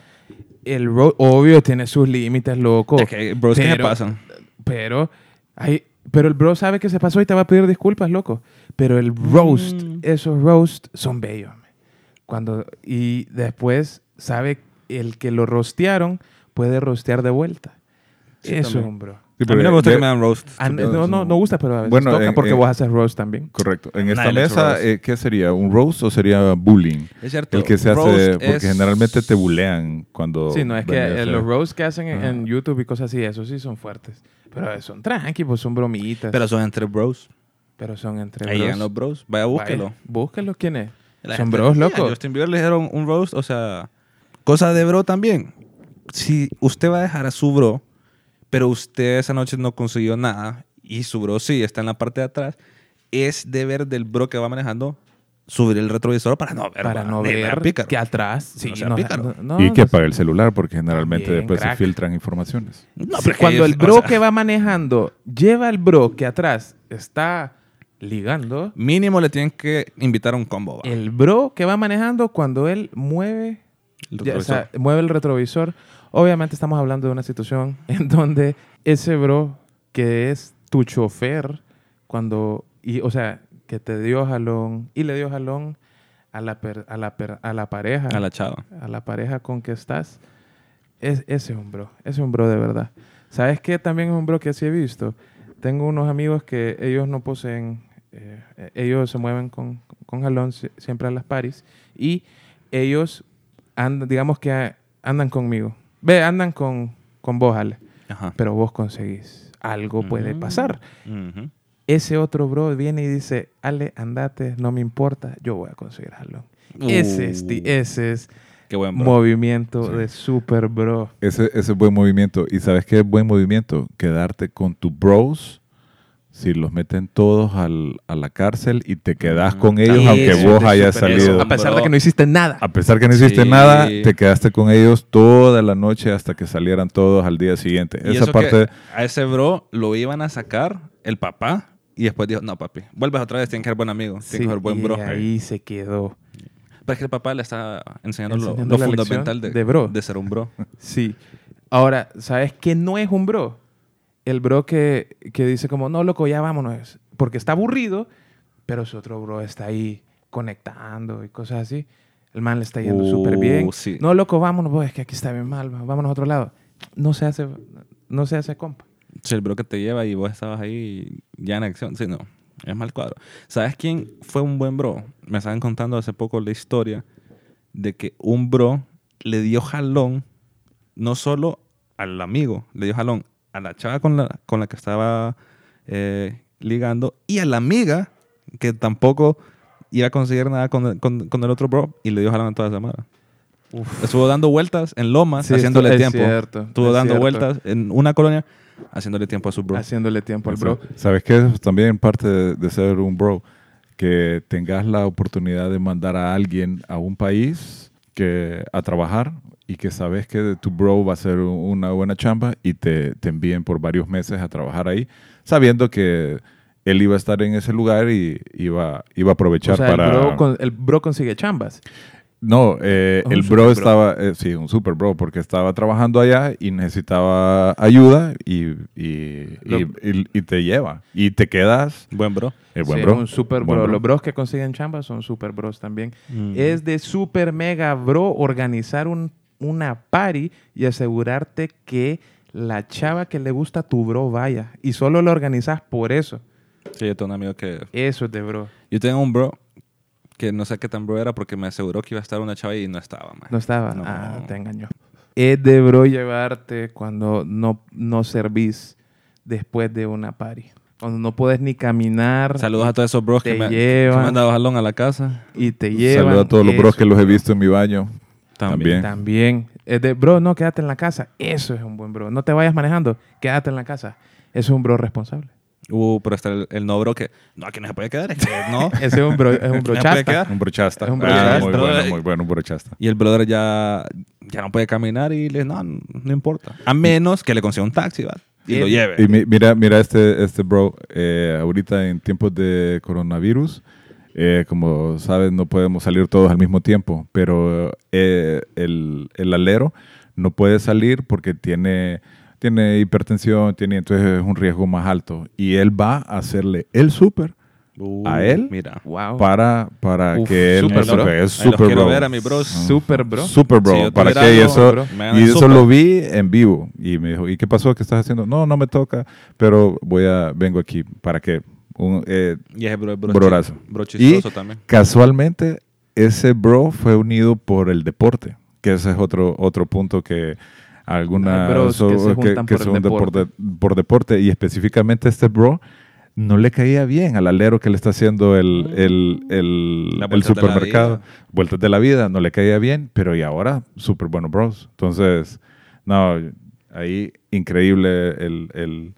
[SPEAKER 3] el roast, obvio, tiene sus límites, loco.
[SPEAKER 2] Es que, bros, ¿qué le
[SPEAKER 3] Pero-
[SPEAKER 2] pasan?
[SPEAKER 3] Pero, ay, pero el bro sabe que se pasó y te va a pedir disculpas, loco. Pero el roast,
[SPEAKER 2] Mm.
[SPEAKER 3] esos roast son bellos. man. Cuando, y después sabe el que lo rostearon puede rostear de vuelta.
[SPEAKER 2] Sí,
[SPEAKER 3] Eso es
[SPEAKER 2] también.
[SPEAKER 3] un bro.
[SPEAKER 2] a
[SPEAKER 4] Sí,
[SPEAKER 2] mí
[SPEAKER 4] pero
[SPEAKER 2] no me gusta
[SPEAKER 4] de-
[SPEAKER 2] que me dan roast.
[SPEAKER 3] Ah, no, no, no gusta, pero a veces
[SPEAKER 4] Bueno,
[SPEAKER 3] toca
[SPEAKER 4] en-
[SPEAKER 3] porque
[SPEAKER 4] en-
[SPEAKER 3] vos haces roast también.
[SPEAKER 4] Correcto. En esta
[SPEAKER 2] Nadie le hizo
[SPEAKER 4] mesa,
[SPEAKER 2] roast.
[SPEAKER 4] eh, ¿qué sería? ¿Un roast o sería bullying?
[SPEAKER 2] Es cierto.
[SPEAKER 4] El que se hace,
[SPEAKER 2] roast
[SPEAKER 4] porque
[SPEAKER 2] es-
[SPEAKER 4] generalmente te bulean cuando...
[SPEAKER 3] Sí, no, es que
[SPEAKER 4] venís a
[SPEAKER 3] eh,
[SPEAKER 4] hacer-
[SPEAKER 3] los roasts que hacen en,
[SPEAKER 4] Ajá.
[SPEAKER 3] en YouTube y cosas así, esos sí son fuertes. Pero eh, son tranqui, pues son bromitas. Pero,
[SPEAKER 2] Pero son entre bros.
[SPEAKER 3] son entre
[SPEAKER 2] Ahí
[SPEAKER 3] bros.
[SPEAKER 2] llegan los bros. Vaya, búsquelo.
[SPEAKER 3] Vaya, búsquelo, ¿quién es?
[SPEAKER 2] La
[SPEAKER 3] son
[SPEAKER 2] gente-
[SPEAKER 3] bros,
[SPEAKER 2] Sí,
[SPEAKER 3] loco.
[SPEAKER 2] A Justin Bieber le dijeron un roast, o sea, cosa de bro también. Si usted va a dejar a su bro, pero usted esa noche no consiguió nada y su bro sí está en la parte de atrás, es deber del bro que va manejando subir el retrovisor para no ver,
[SPEAKER 3] para
[SPEAKER 2] va,
[SPEAKER 3] no
[SPEAKER 2] ni
[SPEAKER 3] ver
[SPEAKER 2] pícaro.
[SPEAKER 3] que atrás. Sí,
[SPEAKER 2] sea
[SPEAKER 3] no,
[SPEAKER 2] pícaro.
[SPEAKER 3] no, no,
[SPEAKER 4] y que
[SPEAKER 3] no.
[SPEAKER 4] apague el celular porque generalmente
[SPEAKER 3] También,
[SPEAKER 4] después
[SPEAKER 3] crack.
[SPEAKER 4] se filtran informaciones.
[SPEAKER 2] No,
[SPEAKER 3] Sí,
[SPEAKER 2] pero es que
[SPEAKER 3] cuando
[SPEAKER 2] ellos-
[SPEAKER 3] el
[SPEAKER 2] o
[SPEAKER 3] bro
[SPEAKER 2] sea,
[SPEAKER 3] que va manejando lleva al bro que atrás está ligando,
[SPEAKER 2] Mínimo le tienen que invitar a un combo. va.
[SPEAKER 3] el bro que va manejando cuando él mueve
[SPEAKER 2] El
[SPEAKER 3] Ya, o sea,
[SPEAKER 2] retrovisor.
[SPEAKER 3] mueve el retrovisor. Obviamente estamos hablando de una situación en donde ese bro que es tu chofer, cuando, y, o sea, que te dio jalón y le dio jalón a la, per- a la, per- a la pareja,
[SPEAKER 2] a la chava.
[SPEAKER 3] a la pareja con que estás, es, ese es un bro, ese es un bro de verdad. ¿Sabes qué? También es un bro que sí he visto. Tengo unos amigos que ellos no poseen, eh, eh, ellos se mueven con, con jalón si- siempre a las paris y ellos andan, digamos que ah, andan conmigo. Ve, andan con, con vos, Ale,
[SPEAKER 2] Ajá.
[SPEAKER 3] pero vos conseguís. Algo puede
[SPEAKER 2] Mm.
[SPEAKER 3] pasar.
[SPEAKER 2] Ujú.
[SPEAKER 3] Ese otro bro viene y dice, Ale, andate, no me importa, yo voy a conseguir jalón. Ese, es, ti-
[SPEAKER 2] Uh,
[SPEAKER 3] ese es
[SPEAKER 2] Qué buen bro.
[SPEAKER 3] movimiento
[SPEAKER 4] Sí.
[SPEAKER 3] de super bro.
[SPEAKER 4] Ese, ese es buen movimiento. ¿Y sabes qué es buen movimiento? Quedarte con tus bros si los meten todos al- a la cárcel y te quedas con ellos
[SPEAKER 2] Eso
[SPEAKER 4] aunque
[SPEAKER 2] es
[SPEAKER 4] vos
[SPEAKER 2] Mm, de
[SPEAKER 4] hayas
[SPEAKER 2] super-
[SPEAKER 4] salido.
[SPEAKER 2] eso,
[SPEAKER 3] a pesar de que no hiciste nada.
[SPEAKER 4] A pesar que no hiciste
[SPEAKER 2] Sí.
[SPEAKER 4] nada, te quedaste con ellos toda la noche hasta que salieran todos al día siguiente.
[SPEAKER 2] Y
[SPEAKER 4] Esa
[SPEAKER 2] eso
[SPEAKER 4] parte,
[SPEAKER 2] que a ese bro lo iban a sacar el papá y después dijo, no papi, vuelves otra vez, tienes que ser buen amigo, tienes que ser buen
[SPEAKER 3] y
[SPEAKER 2] bro.
[SPEAKER 3] ahí se quedó.
[SPEAKER 2] Pero es que el papá le está enseñando lo,
[SPEAKER 3] Enseñando
[SPEAKER 2] lo
[SPEAKER 3] la lección
[SPEAKER 2] fundamental de,
[SPEAKER 3] de bro.
[SPEAKER 2] de ser un bro.
[SPEAKER 3] Sí. Ahora, ¿sabes qué no es un bro? El bro que, que dice como, no, loco, ya vámonos. Porque está aburrido, pero su otro bro está ahí conectando y cosas así. El man le está yendo
[SPEAKER 2] Uh,
[SPEAKER 3] súper bien.
[SPEAKER 2] sí.
[SPEAKER 3] No, loco, vámonos, pues, es que aquí está bien mal. Vámonos a otro lado. No se hace, no se hace compa.
[SPEAKER 2] Sí, el bro que te lleva y vos estabas ahí ya en acción. Sí, no, es mal cuadro. ¿Sabes quién fue un buen bro? Me estaban contando hace poco la historia de que un bro le dio jalón no solo al amigo, le dio jalón a la chava con la, con la que estaba eh, ligando y a la amiga que tampoco iba a conseguir nada con, con- con el otro bro y le dio jalón a toda esa mara. Estuvo dando vueltas en lomas,
[SPEAKER 3] Sí, esto
[SPEAKER 2] haciéndole
[SPEAKER 3] es
[SPEAKER 2] tiempo.
[SPEAKER 3] cierto,
[SPEAKER 2] Estuvo
[SPEAKER 3] es
[SPEAKER 2] dando
[SPEAKER 3] cierto.
[SPEAKER 2] vueltas en una colonia, haciéndole tiempo a su bro.
[SPEAKER 3] Haciéndole tiempo al bro.
[SPEAKER 4] ¿sabes qué? Es también parte de, de ser un bro. Que tengas la oportunidad de mandar a alguien a un país que, a trabajar y que sabes que tu bro va a hacer una buena chamba y te, te envíen por varios meses a trabajar ahí, sabiendo que él iba a estar en ese lugar y iba, iba a aprovechar
[SPEAKER 3] O sea,
[SPEAKER 4] para...
[SPEAKER 3] el, bro con- el bro consigue chambas.
[SPEAKER 4] No, eh,
[SPEAKER 3] Un
[SPEAKER 4] el
[SPEAKER 3] super
[SPEAKER 4] bro
[SPEAKER 3] bro.
[SPEAKER 4] estaba, eh, sí, un super bro, porque estaba trabajando allá y necesitaba ayuda y, y,
[SPEAKER 3] Lo-
[SPEAKER 4] y- y- y te lleva. Y te quedas,
[SPEAKER 2] Buen bro.
[SPEAKER 4] el Eh, buen
[SPEAKER 3] Sí,
[SPEAKER 4] bro.
[SPEAKER 3] un super
[SPEAKER 4] buen
[SPEAKER 3] bro. Los bros que consiguen chamba son super bros también. Es de super mega bro organizar un, una party y asegurarte que la chava que le gusta a tu bro vaya. Y solo lo organizas por eso.
[SPEAKER 2] Sí, yo tengo un amigo que...
[SPEAKER 3] Eso es de bro.
[SPEAKER 2] Yo tengo un bro que no sé qué tan bro era porque me aseguró que iba a estar una chava y no estaba, man.
[SPEAKER 3] No estaba.
[SPEAKER 2] No.
[SPEAKER 3] Ah, te engañó. es de bro llevarte cuando no, no servís después de una party. Cuando no puedes ni caminar
[SPEAKER 2] Saludos a todos esos bros que
[SPEAKER 3] Te
[SPEAKER 2] me, que
[SPEAKER 3] llevan.
[SPEAKER 2] me han dado jalón a la casa.
[SPEAKER 3] y te llevan.
[SPEAKER 4] Saluda a todos los bros
[SPEAKER 3] eso,
[SPEAKER 4] que los he visto en mi baño. También.
[SPEAKER 3] También. Es de, bro, no, quédate en la casa. Eso es un buen bro. No te vayas manejando. Quédate en la casa. Eso es un bro responsable.
[SPEAKER 2] Uh, pero está el, el no bro que. No, aquí no se puede quedar. es que no.
[SPEAKER 3] Ese es un bro, es un bro
[SPEAKER 2] ¿Me puede
[SPEAKER 3] chasta.
[SPEAKER 2] quedar?
[SPEAKER 4] Un brochasta.
[SPEAKER 3] Es un
[SPEAKER 4] Ah,
[SPEAKER 3] brochasta.
[SPEAKER 4] muy bueno, muy bueno, un brochasta.
[SPEAKER 2] Y el brother ya, ya no puede caminar y le no, no importa. A menos que le consiga un taxi, ¿va? Y lo
[SPEAKER 3] Eh,
[SPEAKER 2] lleve.
[SPEAKER 4] Y mi- mira, mira este, este bro, eh, ahorita en tiempos de coronavirus, eh, como sabes, no podemos salir todos al mismo tiempo, pero eh, el, el alero no puede salir porque tiene, tiene hipertensión, tiene, entonces es un riesgo más alto. Y él va a hacerle el súper
[SPEAKER 2] Uh,
[SPEAKER 4] ¿A él?
[SPEAKER 2] Mira.
[SPEAKER 3] Wow.
[SPEAKER 4] para, para
[SPEAKER 3] Uf,
[SPEAKER 4] que él...
[SPEAKER 3] súper
[SPEAKER 4] no se
[SPEAKER 3] bro.
[SPEAKER 4] pegue. Es
[SPEAKER 2] Ahí los
[SPEAKER 4] súper
[SPEAKER 2] quiero
[SPEAKER 4] bro. Ah.
[SPEAKER 2] ver a mis bros.
[SPEAKER 3] Super bro.
[SPEAKER 4] Super bro,
[SPEAKER 2] Si yo
[SPEAKER 4] para
[SPEAKER 2] tuviera
[SPEAKER 4] que
[SPEAKER 2] algo,
[SPEAKER 4] eso,
[SPEAKER 2] bro, me hagan
[SPEAKER 4] y
[SPEAKER 2] el
[SPEAKER 4] eso
[SPEAKER 2] súper.
[SPEAKER 4] lo vi en vivo y me dijo, ¿y qué pasó? ¿Qué estás haciendo? No, no me toca, pero voy a, vengo aquí para que un, eh,
[SPEAKER 2] Y ese bro es bro,
[SPEAKER 4] Brorazo.
[SPEAKER 2] chi- bro chistoso
[SPEAKER 4] Y-
[SPEAKER 2] también.
[SPEAKER 4] casualmente ese bro fue unido por el deporte, que ese es otro, otro punto que alguna
[SPEAKER 3] Hay bros que se juntan por el
[SPEAKER 4] unen
[SPEAKER 3] deporte.
[SPEAKER 4] de- por deporte y específicamente este bro no le caía bien al alero que le está haciendo el, el, el-
[SPEAKER 2] Las
[SPEAKER 4] el
[SPEAKER 2] vueltas de la
[SPEAKER 4] supermercado.
[SPEAKER 2] vida.
[SPEAKER 4] vueltas de la vida, no le caía bien, pero y ahora, súper bueno, bros. Entonces, no, ahí increíble el... el-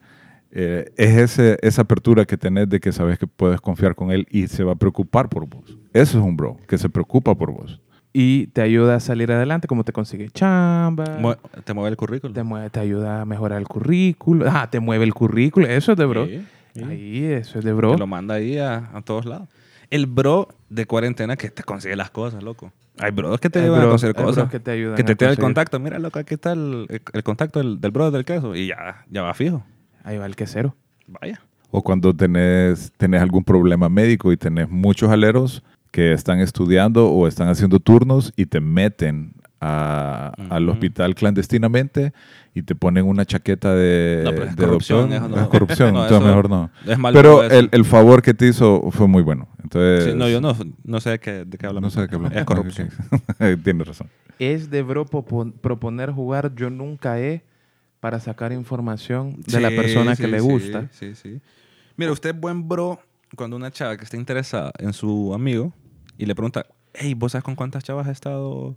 [SPEAKER 4] eh, es ese, esa apertura que tenés de que sabes que puedes confiar con él y se va a preocupar por vos. Eso es un bro, que se preocupa por vos.
[SPEAKER 3] Y te ayuda a salir adelante, como te consigue chamba.
[SPEAKER 2] Mue- Te mueve el currículum.
[SPEAKER 3] Ah. te, mueve, te ayuda a mejorar el currículo. Ah, te mueve el currículo. Eso es de bro.
[SPEAKER 2] Sí, sí.
[SPEAKER 3] Ahí, eso es de bro.
[SPEAKER 2] Que lo manda ahí a, a todos lados. El bro de cuarentena que te consigue las cosas, loco. Hay bros que te
[SPEAKER 3] Hay
[SPEAKER 2] llevan a
[SPEAKER 3] bros-
[SPEAKER 2] conseguir
[SPEAKER 3] hay bros
[SPEAKER 2] cosas.
[SPEAKER 3] que te ayudan
[SPEAKER 2] Que te
[SPEAKER 3] a
[SPEAKER 2] tiran el
[SPEAKER 3] conseguir.
[SPEAKER 2] contacto. Mira, loco, aquí está el, el- el contacto del, del brother del queso. Y ya, ya va fijo.
[SPEAKER 3] Ahí va el quesero.
[SPEAKER 2] Vaya.
[SPEAKER 4] O cuando tenés, tenés algún problema médico y tenés muchos aleros que están estudiando o están haciendo turnos y te meten a- al
[SPEAKER 2] Ujú.
[SPEAKER 4] hospital clandestinamente y te ponen una chaqueta de,
[SPEAKER 2] No, pero es
[SPEAKER 4] de
[SPEAKER 2] corrupción,
[SPEAKER 4] doctor.
[SPEAKER 2] eso no.
[SPEAKER 4] Es corrupción,
[SPEAKER 2] No,
[SPEAKER 4] entonces
[SPEAKER 2] eso-
[SPEAKER 4] mejor no.
[SPEAKER 2] Es mal
[SPEAKER 4] Pero
[SPEAKER 2] eso.
[SPEAKER 4] el, el favor que te hizo fue muy bueno. Entonces,
[SPEAKER 2] Sí, no, yo no, no sé de qué, de qué
[SPEAKER 4] no
[SPEAKER 2] hablamos.
[SPEAKER 4] sé de qué hablamos.
[SPEAKER 2] Es corrupción.
[SPEAKER 4] Tienes razón.
[SPEAKER 3] Es de bro popo- proponer jugar yo nunca he para sacar información de la
[SPEAKER 2] Sí,
[SPEAKER 3] persona que
[SPEAKER 2] sí,
[SPEAKER 3] le
[SPEAKER 2] sí,
[SPEAKER 3] gusta.
[SPEAKER 2] Sí, sí. Mira, usted es buen bro cuando una chava que está interesada en su amigo y le pregunta, hey, ¿vos sabes con cuántas chavas ha estado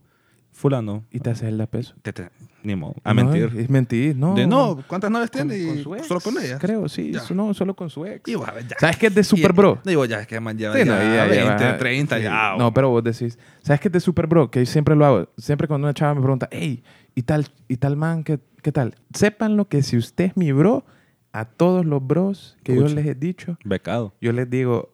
[SPEAKER 2] fulano?
[SPEAKER 3] Y te haces el da peso.
[SPEAKER 2] Te- te- ni modo. A
[SPEAKER 3] No,
[SPEAKER 2] mentir.
[SPEAKER 3] Es mentir, no.
[SPEAKER 2] De, no, ¿cuántas novias
[SPEAKER 3] Con-
[SPEAKER 2] tiene?
[SPEAKER 3] con
[SPEAKER 2] Y
[SPEAKER 3] su ex,
[SPEAKER 2] solo con ella.
[SPEAKER 3] Creo, sí.
[SPEAKER 2] Ya.
[SPEAKER 3] so- No, solo con su ex.
[SPEAKER 2] Y vos, a ver, ya.
[SPEAKER 3] ¿Sabes qué es de Super
[SPEAKER 2] Y-
[SPEAKER 3] Bro?
[SPEAKER 2] Digo, ya es que man lleva
[SPEAKER 3] Sí, no,
[SPEAKER 2] ya
[SPEAKER 3] ya, ya
[SPEAKER 2] 20,
[SPEAKER 3] va.
[SPEAKER 2] 30,
[SPEAKER 3] Sí.
[SPEAKER 2] ya.
[SPEAKER 3] No, pero vos decís, ¿sabes qué es de Super Bro? Que siempre lo hago. Siempre cuando una chava me pregunta, hey, ¿y tal, y tal man? ¿qué, ¿Qué tal? Sépanlo que si usted es mi bro, a todos los bros que
[SPEAKER 2] Pucha.
[SPEAKER 3] yo les he dicho,
[SPEAKER 2] Becado.
[SPEAKER 3] yo les digo,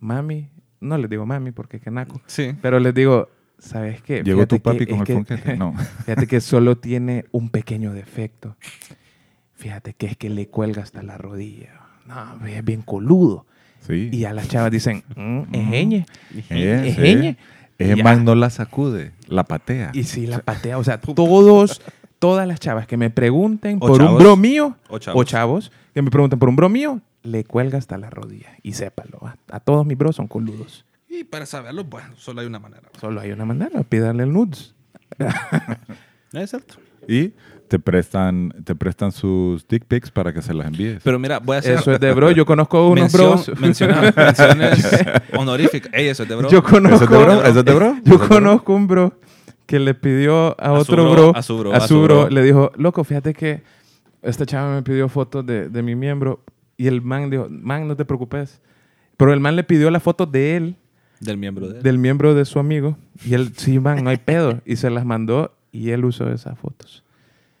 [SPEAKER 3] mami, no les digo mami porque es naco,
[SPEAKER 2] Sí.
[SPEAKER 3] pero les digo, ¿sabes
[SPEAKER 2] Eh,
[SPEAKER 3] qué?
[SPEAKER 4] Llegó tu
[SPEAKER 3] Fíjate
[SPEAKER 4] papi
[SPEAKER 3] que-
[SPEAKER 4] con el
[SPEAKER 3] es que-
[SPEAKER 4] ponquete. No.
[SPEAKER 3] Fíjate que solo tiene un pequeño defecto. Fíjate que es que le cuelga hasta la rodilla. No, hombre, es bien coludo.
[SPEAKER 4] Sí.
[SPEAKER 3] Y a las chavas dicen, "Mm, es ñe".
[SPEAKER 4] Eh,
[SPEAKER 3] es
[SPEAKER 4] sí.
[SPEAKER 3] ñe.
[SPEAKER 4] Ese
[SPEAKER 3] Ya.
[SPEAKER 4] man no la sacude, la patea.
[SPEAKER 3] Y si la patea, o sea, todos, todas las chavas que me pregunten
[SPEAKER 2] O
[SPEAKER 3] por un
[SPEAKER 2] chavos.
[SPEAKER 3] bro mío,
[SPEAKER 2] O
[SPEAKER 3] o
[SPEAKER 2] chavos.
[SPEAKER 3] chavos. que me pregunten por un bro mío, le cuelga hasta la rodilla. Y sépalo, a, a todos mis bros son coludos.
[SPEAKER 2] Y para saberlo, bueno, solo hay una manera.
[SPEAKER 3] Solo hay una manera, pídanle el nudes.
[SPEAKER 2] Es cierto.
[SPEAKER 4] Y te prestan, te prestan sus dick pics para que se las envíes.
[SPEAKER 2] Pero mira, voy a hacer...
[SPEAKER 3] Eso es de bro, yo conozco unos
[SPEAKER 2] mención-
[SPEAKER 3] bros.
[SPEAKER 2] menciona- menciones honoríficas. Ey, eso es de bro.
[SPEAKER 3] Yo conozco,
[SPEAKER 4] ¿Eso te bro? ¿Eso te bro?
[SPEAKER 3] yo conozco un bro que le pidió a,
[SPEAKER 2] A su
[SPEAKER 3] otro
[SPEAKER 2] bro,
[SPEAKER 3] bro,
[SPEAKER 2] a su bro,
[SPEAKER 3] a
[SPEAKER 2] a
[SPEAKER 3] su
[SPEAKER 2] su
[SPEAKER 3] bro,
[SPEAKER 2] bro.
[SPEAKER 3] le dijo, loco, fíjate que esta chava me pidió fotos de, de mi miembro y el man dijo, man, no te preocupes. Pero el man le pidió la foto de él,
[SPEAKER 2] Del miembro de él.
[SPEAKER 3] del miembro de su amigo, y él, sí, man, no hay pedo. Y se las mandó y él usó esas fotos.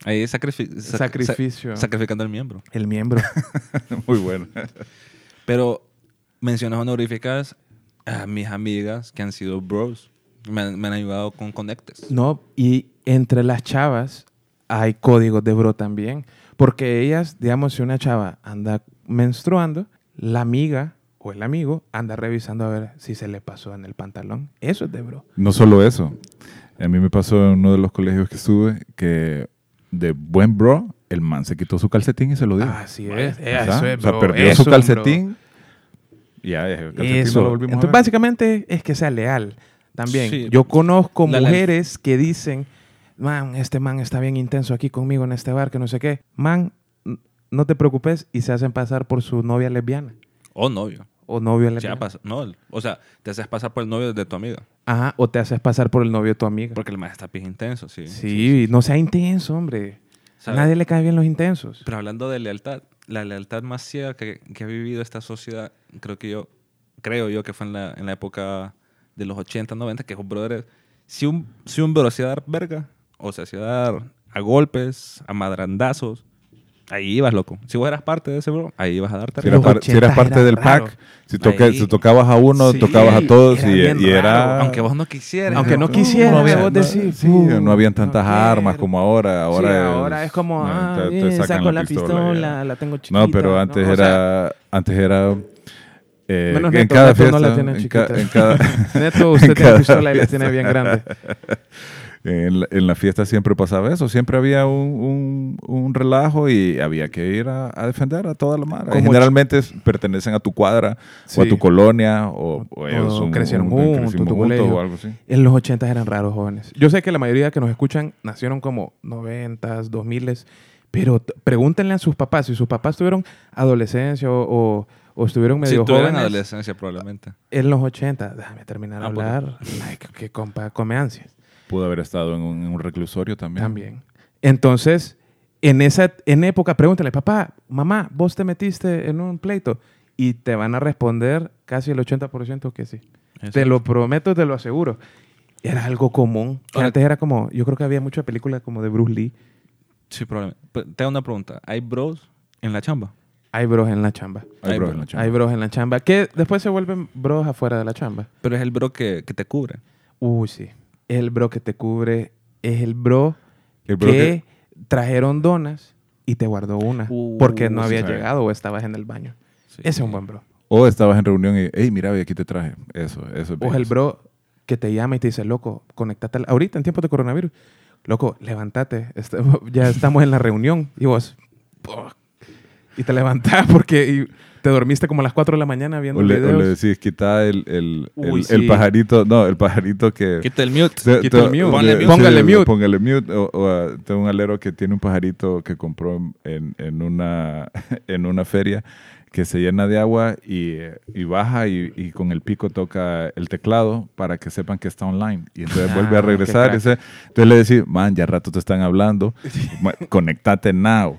[SPEAKER 2] Ahí es sacrifi- sac-
[SPEAKER 3] Sacrificio.
[SPEAKER 2] sac- sacrificando el miembro.
[SPEAKER 3] El miembro.
[SPEAKER 4] Muy bueno.
[SPEAKER 2] Pero menciones honoríficas a mis amigas que han sido bros. Me han, me han ayudado con conectes.
[SPEAKER 3] No, y entre las chavas hay códigos de bro también. Porque ellas, digamos, si una chava anda menstruando, la amiga o el amigo anda revisando a ver si se le pasó en el pantalón. Eso es de bro.
[SPEAKER 4] No solo eso. A mí me pasó en uno de los colegios que estuve que de buen bro, el man se quitó su calcetín y se lo dio.
[SPEAKER 3] Así es.
[SPEAKER 4] ¿Verdad?
[SPEAKER 3] Ah, Eso es
[SPEAKER 4] o sea,
[SPEAKER 3] bro.
[SPEAKER 4] perdió
[SPEAKER 3] Eso
[SPEAKER 4] su
[SPEAKER 3] es un bro.
[SPEAKER 4] calcetín. Y Ya, el calcetín
[SPEAKER 3] Eso.
[SPEAKER 4] no lo volvimos
[SPEAKER 3] Entonces,
[SPEAKER 4] a ver.
[SPEAKER 3] básicamente es que sea leal. También,
[SPEAKER 2] Sí.
[SPEAKER 3] yo conozco
[SPEAKER 2] La leal-
[SPEAKER 3] mujeres que dicen, man, este man está bien intenso aquí conmigo en este bar, que no sé qué. Man, n- no te preocupes y se hacen pasar por su novia lesbiana
[SPEAKER 2] O novio.
[SPEAKER 3] o novio
[SPEAKER 2] Se
[SPEAKER 3] lesbiana.
[SPEAKER 2] ha pas- no, el- o sea, te haces pasar por el novio de tu amiga.
[SPEAKER 3] Ajá, o te haces pasar por el novio de tu amiga.
[SPEAKER 2] Porque el maestro está bien intenso, sí.
[SPEAKER 3] Sí, no sea intenso, hombre. A
[SPEAKER 2] ¿Sabe?
[SPEAKER 3] nadie le cae bien los intensos.
[SPEAKER 2] Pero hablando de lealtad, la lealtad más ciega que, que ha vivido esta sociedad, creo que yo, creo yo que fue en la, en la época de los 80, 90, que los brothers, si un, si un brother se iba a dar verga, o sea, se iba a dar a golpes, a madrandazos, ahí ibas, loco. Si vos eras parte de ese bro, ahí ibas a darte
[SPEAKER 4] Si
[SPEAKER 2] verga.
[SPEAKER 4] eras,
[SPEAKER 3] Los
[SPEAKER 4] par- si eras
[SPEAKER 3] 80
[SPEAKER 4] parte
[SPEAKER 3] era
[SPEAKER 4] del
[SPEAKER 3] raro.
[SPEAKER 4] pack, si, toca-
[SPEAKER 2] Ahí.
[SPEAKER 4] si tocabas a uno,
[SPEAKER 3] Sí,
[SPEAKER 4] tocabas a todos
[SPEAKER 3] era
[SPEAKER 4] y,
[SPEAKER 3] bien
[SPEAKER 4] y era...
[SPEAKER 3] raro.
[SPEAKER 2] Aunque vos no quisieras.
[SPEAKER 3] Aunque no
[SPEAKER 2] loco.
[SPEAKER 3] quisieras,
[SPEAKER 4] no había,
[SPEAKER 3] vos
[SPEAKER 4] no-
[SPEAKER 3] decís,
[SPEAKER 4] sí,
[SPEAKER 3] "Puh,
[SPEAKER 4] no habían
[SPEAKER 3] no
[SPEAKER 4] tantas
[SPEAKER 3] quiero".
[SPEAKER 4] armas como ahora. Ahora,
[SPEAKER 3] sí, ahora es como,
[SPEAKER 4] no,
[SPEAKER 3] ah,
[SPEAKER 4] te- te
[SPEAKER 3] bien,
[SPEAKER 4] sacan
[SPEAKER 3] saco la pistola,
[SPEAKER 4] ya.
[SPEAKER 3] la tengo chiquita.
[SPEAKER 4] no, pero antes
[SPEAKER 3] O
[SPEAKER 4] era...
[SPEAKER 3] sea,
[SPEAKER 4] antes era... eh,
[SPEAKER 3] Menos
[SPEAKER 4] en
[SPEAKER 3] Neto,
[SPEAKER 4] cada
[SPEAKER 3] Neto no
[SPEAKER 4] fiesta,
[SPEAKER 3] la tiene
[SPEAKER 4] en ca-
[SPEAKER 3] chiquita.
[SPEAKER 4] en cada-
[SPEAKER 3] Neto, usted tiene
[SPEAKER 4] en cada
[SPEAKER 3] pistola y la tiene
[SPEAKER 4] fiesta.
[SPEAKER 3] bien grande.
[SPEAKER 4] En la, en la fiesta siempre pasaba eso, siempre había un, un- un relajo y había que ir a, a defender a toda la mara.
[SPEAKER 3] Como
[SPEAKER 4] Generalmente es- pertenecen a tu cuadra o a
[SPEAKER 3] Sí.
[SPEAKER 4] tu colonia o, o
[SPEAKER 3] O
[SPEAKER 4] ellos son-
[SPEAKER 3] crecieron
[SPEAKER 4] un-
[SPEAKER 3] juntos,
[SPEAKER 4] crecimos
[SPEAKER 3] tu
[SPEAKER 4] juntos
[SPEAKER 3] colegio.
[SPEAKER 4] o algo así.
[SPEAKER 3] En los 80 eran raros, jóvenes. Yo sé que la mayoría que nos escuchan nacieron como 90, 2000, pero t- pregúntenle a sus papás si sus papás tuvieron adolescencia o, o- o estuvieron
[SPEAKER 2] Si
[SPEAKER 3] medio
[SPEAKER 2] tuvieran
[SPEAKER 3] jóvenes
[SPEAKER 2] adolescencia, probablemente.
[SPEAKER 3] en los 80. Déjame terminar de
[SPEAKER 2] Ah, porque-
[SPEAKER 3] hablar. Ay, qué- qué compa, come ansias.
[SPEAKER 4] Pudo haber estado en un, en un reclusorio también.
[SPEAKER 3] También. Entonces, en esa en época, pregúntale, papá, mamá, vos te metiste en un pleito. Y te van a responder casi el 80% que sí. Te lo prometo, te lo aseguro. Era algo común. que
[SPEAKER 2] Ahora-
[SPEAKER 3] antes era como, yo creo que había mucha película como de Bruce Lee.
[SPEAKER 2] Sí, probablemente. Pero Te hago una pregunta. ¿Hay bros en la chamba?
[SPEAKER 3] Hay bros en la chamba.
[SPEAKER 4] Ay,
[SPEAKER 2] Ay,
[SPEAKER 4] bro,
[SPEAKER 2] bro.
[SPEAKER 4] en la chamba.
[SPEAKER 3] Hay bros en la chamba. Que después se vuelven bros afuera de la chamba.
[SPEAKER 2] Pero es el bro que, que te cubre.
[SPEAKER 3] Uy, sí. Es el bro que te cubre. Es el bro,
[SPEAKER 4] El bro
[SPEAKER 3] que,
[SPEAKER 4] que-
[SPEAKER 3] trajeron donas y te guardó una.
[SPEAKER 2] Uh,
[SPEAKER 3] porque no había
[SPEAKER 4] sí.
[SPEAKER 3] llegado o estabas en el baño.
[SPEAKER 2] Sí.
[SPEAKER 3] Ese es un buen bro.
[SPEAKER 4] o estabas en reunión y, hey, mira, ve, aquí te traje. Eso, eso.
[SPEAKER 3] O es el bro que te llama y te dice, loco, conectate. al- Ahorita en tiempos de coronavirus, loco, levántate. est- ya estamos en la reunión. Y vos, "Puh". y te levantás porque y te dormiste como a las 4 de la mañana viendo
[SPEAKER 4] O le, o
[SPEAKER 3] videos.
[SPEAKER 4] le decís, quita el, el, el-
[SPEAKER 3] Uy,
[SPEAKER 4] el
[SPEAKER 3] sí.
[SPEAKER 4] pajarito. No, el pajarito que...
[SPEAKER 2] Quita el mute.
[SPEAKER 4] Te-
[SPEAKER 3] Quita
[SPEAKER 4] te-
[SPEAKER 3] el mute.
[SPEAKER 4] le-
[SPEAKER 2] Ponle mute.
[SPEAKER 3] Póngale mute.
[SPEAKER 4] Póngale mute. O, o, ah, tengo un alero que tiene un pajarito que compró en, en, una, en una feria que se llena de agua y, eh, y baja y, y con el pico toca el teclado para que sepan que está online. Y entonces
[SPEAKER 3] Ah,
[SPEAKER 4] vuelve a
[SPEAKER 3] qué
[SPEAKER 4] regresar.
[SPEAKER 3] crack.
[SPEAKER 4] y se- entonces le decís, man, ya rato te están hablando. Ma- Conectate now.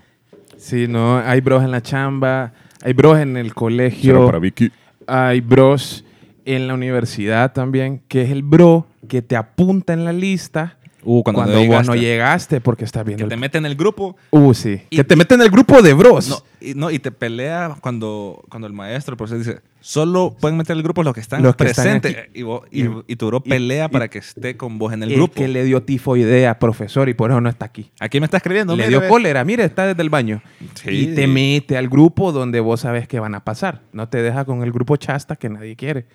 [SPEAKER 3] Sí, no, hay bros en la chamba, hay bros en el
[SPEAKER 4] Será
[SPEAKER 3] colegio,
[SPEAKER 4] para Vicky.
[SPEAKER 3] hay bros en la universidad también, que es el bro que te apunta en la lista
[SPEAKER 2] Uh,
[SPEAKER 3] cuando,
[SPEAKER 2] no
[SPEAKER 3] vos
[SPEAKER 2] llegaste.
[SPEAKER 3] no llegaste porque estás viendo
[SPEAKER 2] Que te
[SPEAKER 3] el... Pues-
[SPEAKER 2] mete en el grupo.
[SPEAKER 3] Uh, sí.
[SPEAKER 2] Y-
[SPEAKER 3] que te meten en el grupo de bros.
[SPEAKER 2] No, y, no, y te pelea cuando, cuando el maestro, el profesor dice, solo pueden meter el grupo los que están
[SPEAKER 3] Los que están
[SPEAKER 2] presentes.
[SPEAKER 3] aquí.
[SPEAKER 2] y, vos- y,
[SPEAKER 3] Y-
[SPEAKER 2] y tu bro pelea para que esté con vos en el grupo.
[SPEAKER 3] que le dio tifoidea, profesor, y por eso no está aquí.
[SPEAKER 2] Aquí me está escribiendo.
[SPEAKER 3] le
[SPEAKER 2] mire,
[SPEAKER 3] dio
[SPEAKER 2] ve.
[SPEAKER 3] cólera, mire, está desde el baño.
[SPEAKER 2] Sí.
[SPEAKER 3] Y te mete al grupo donde vos sabes que van a pasar. No te deja con el grupo chasta que nadie quiere.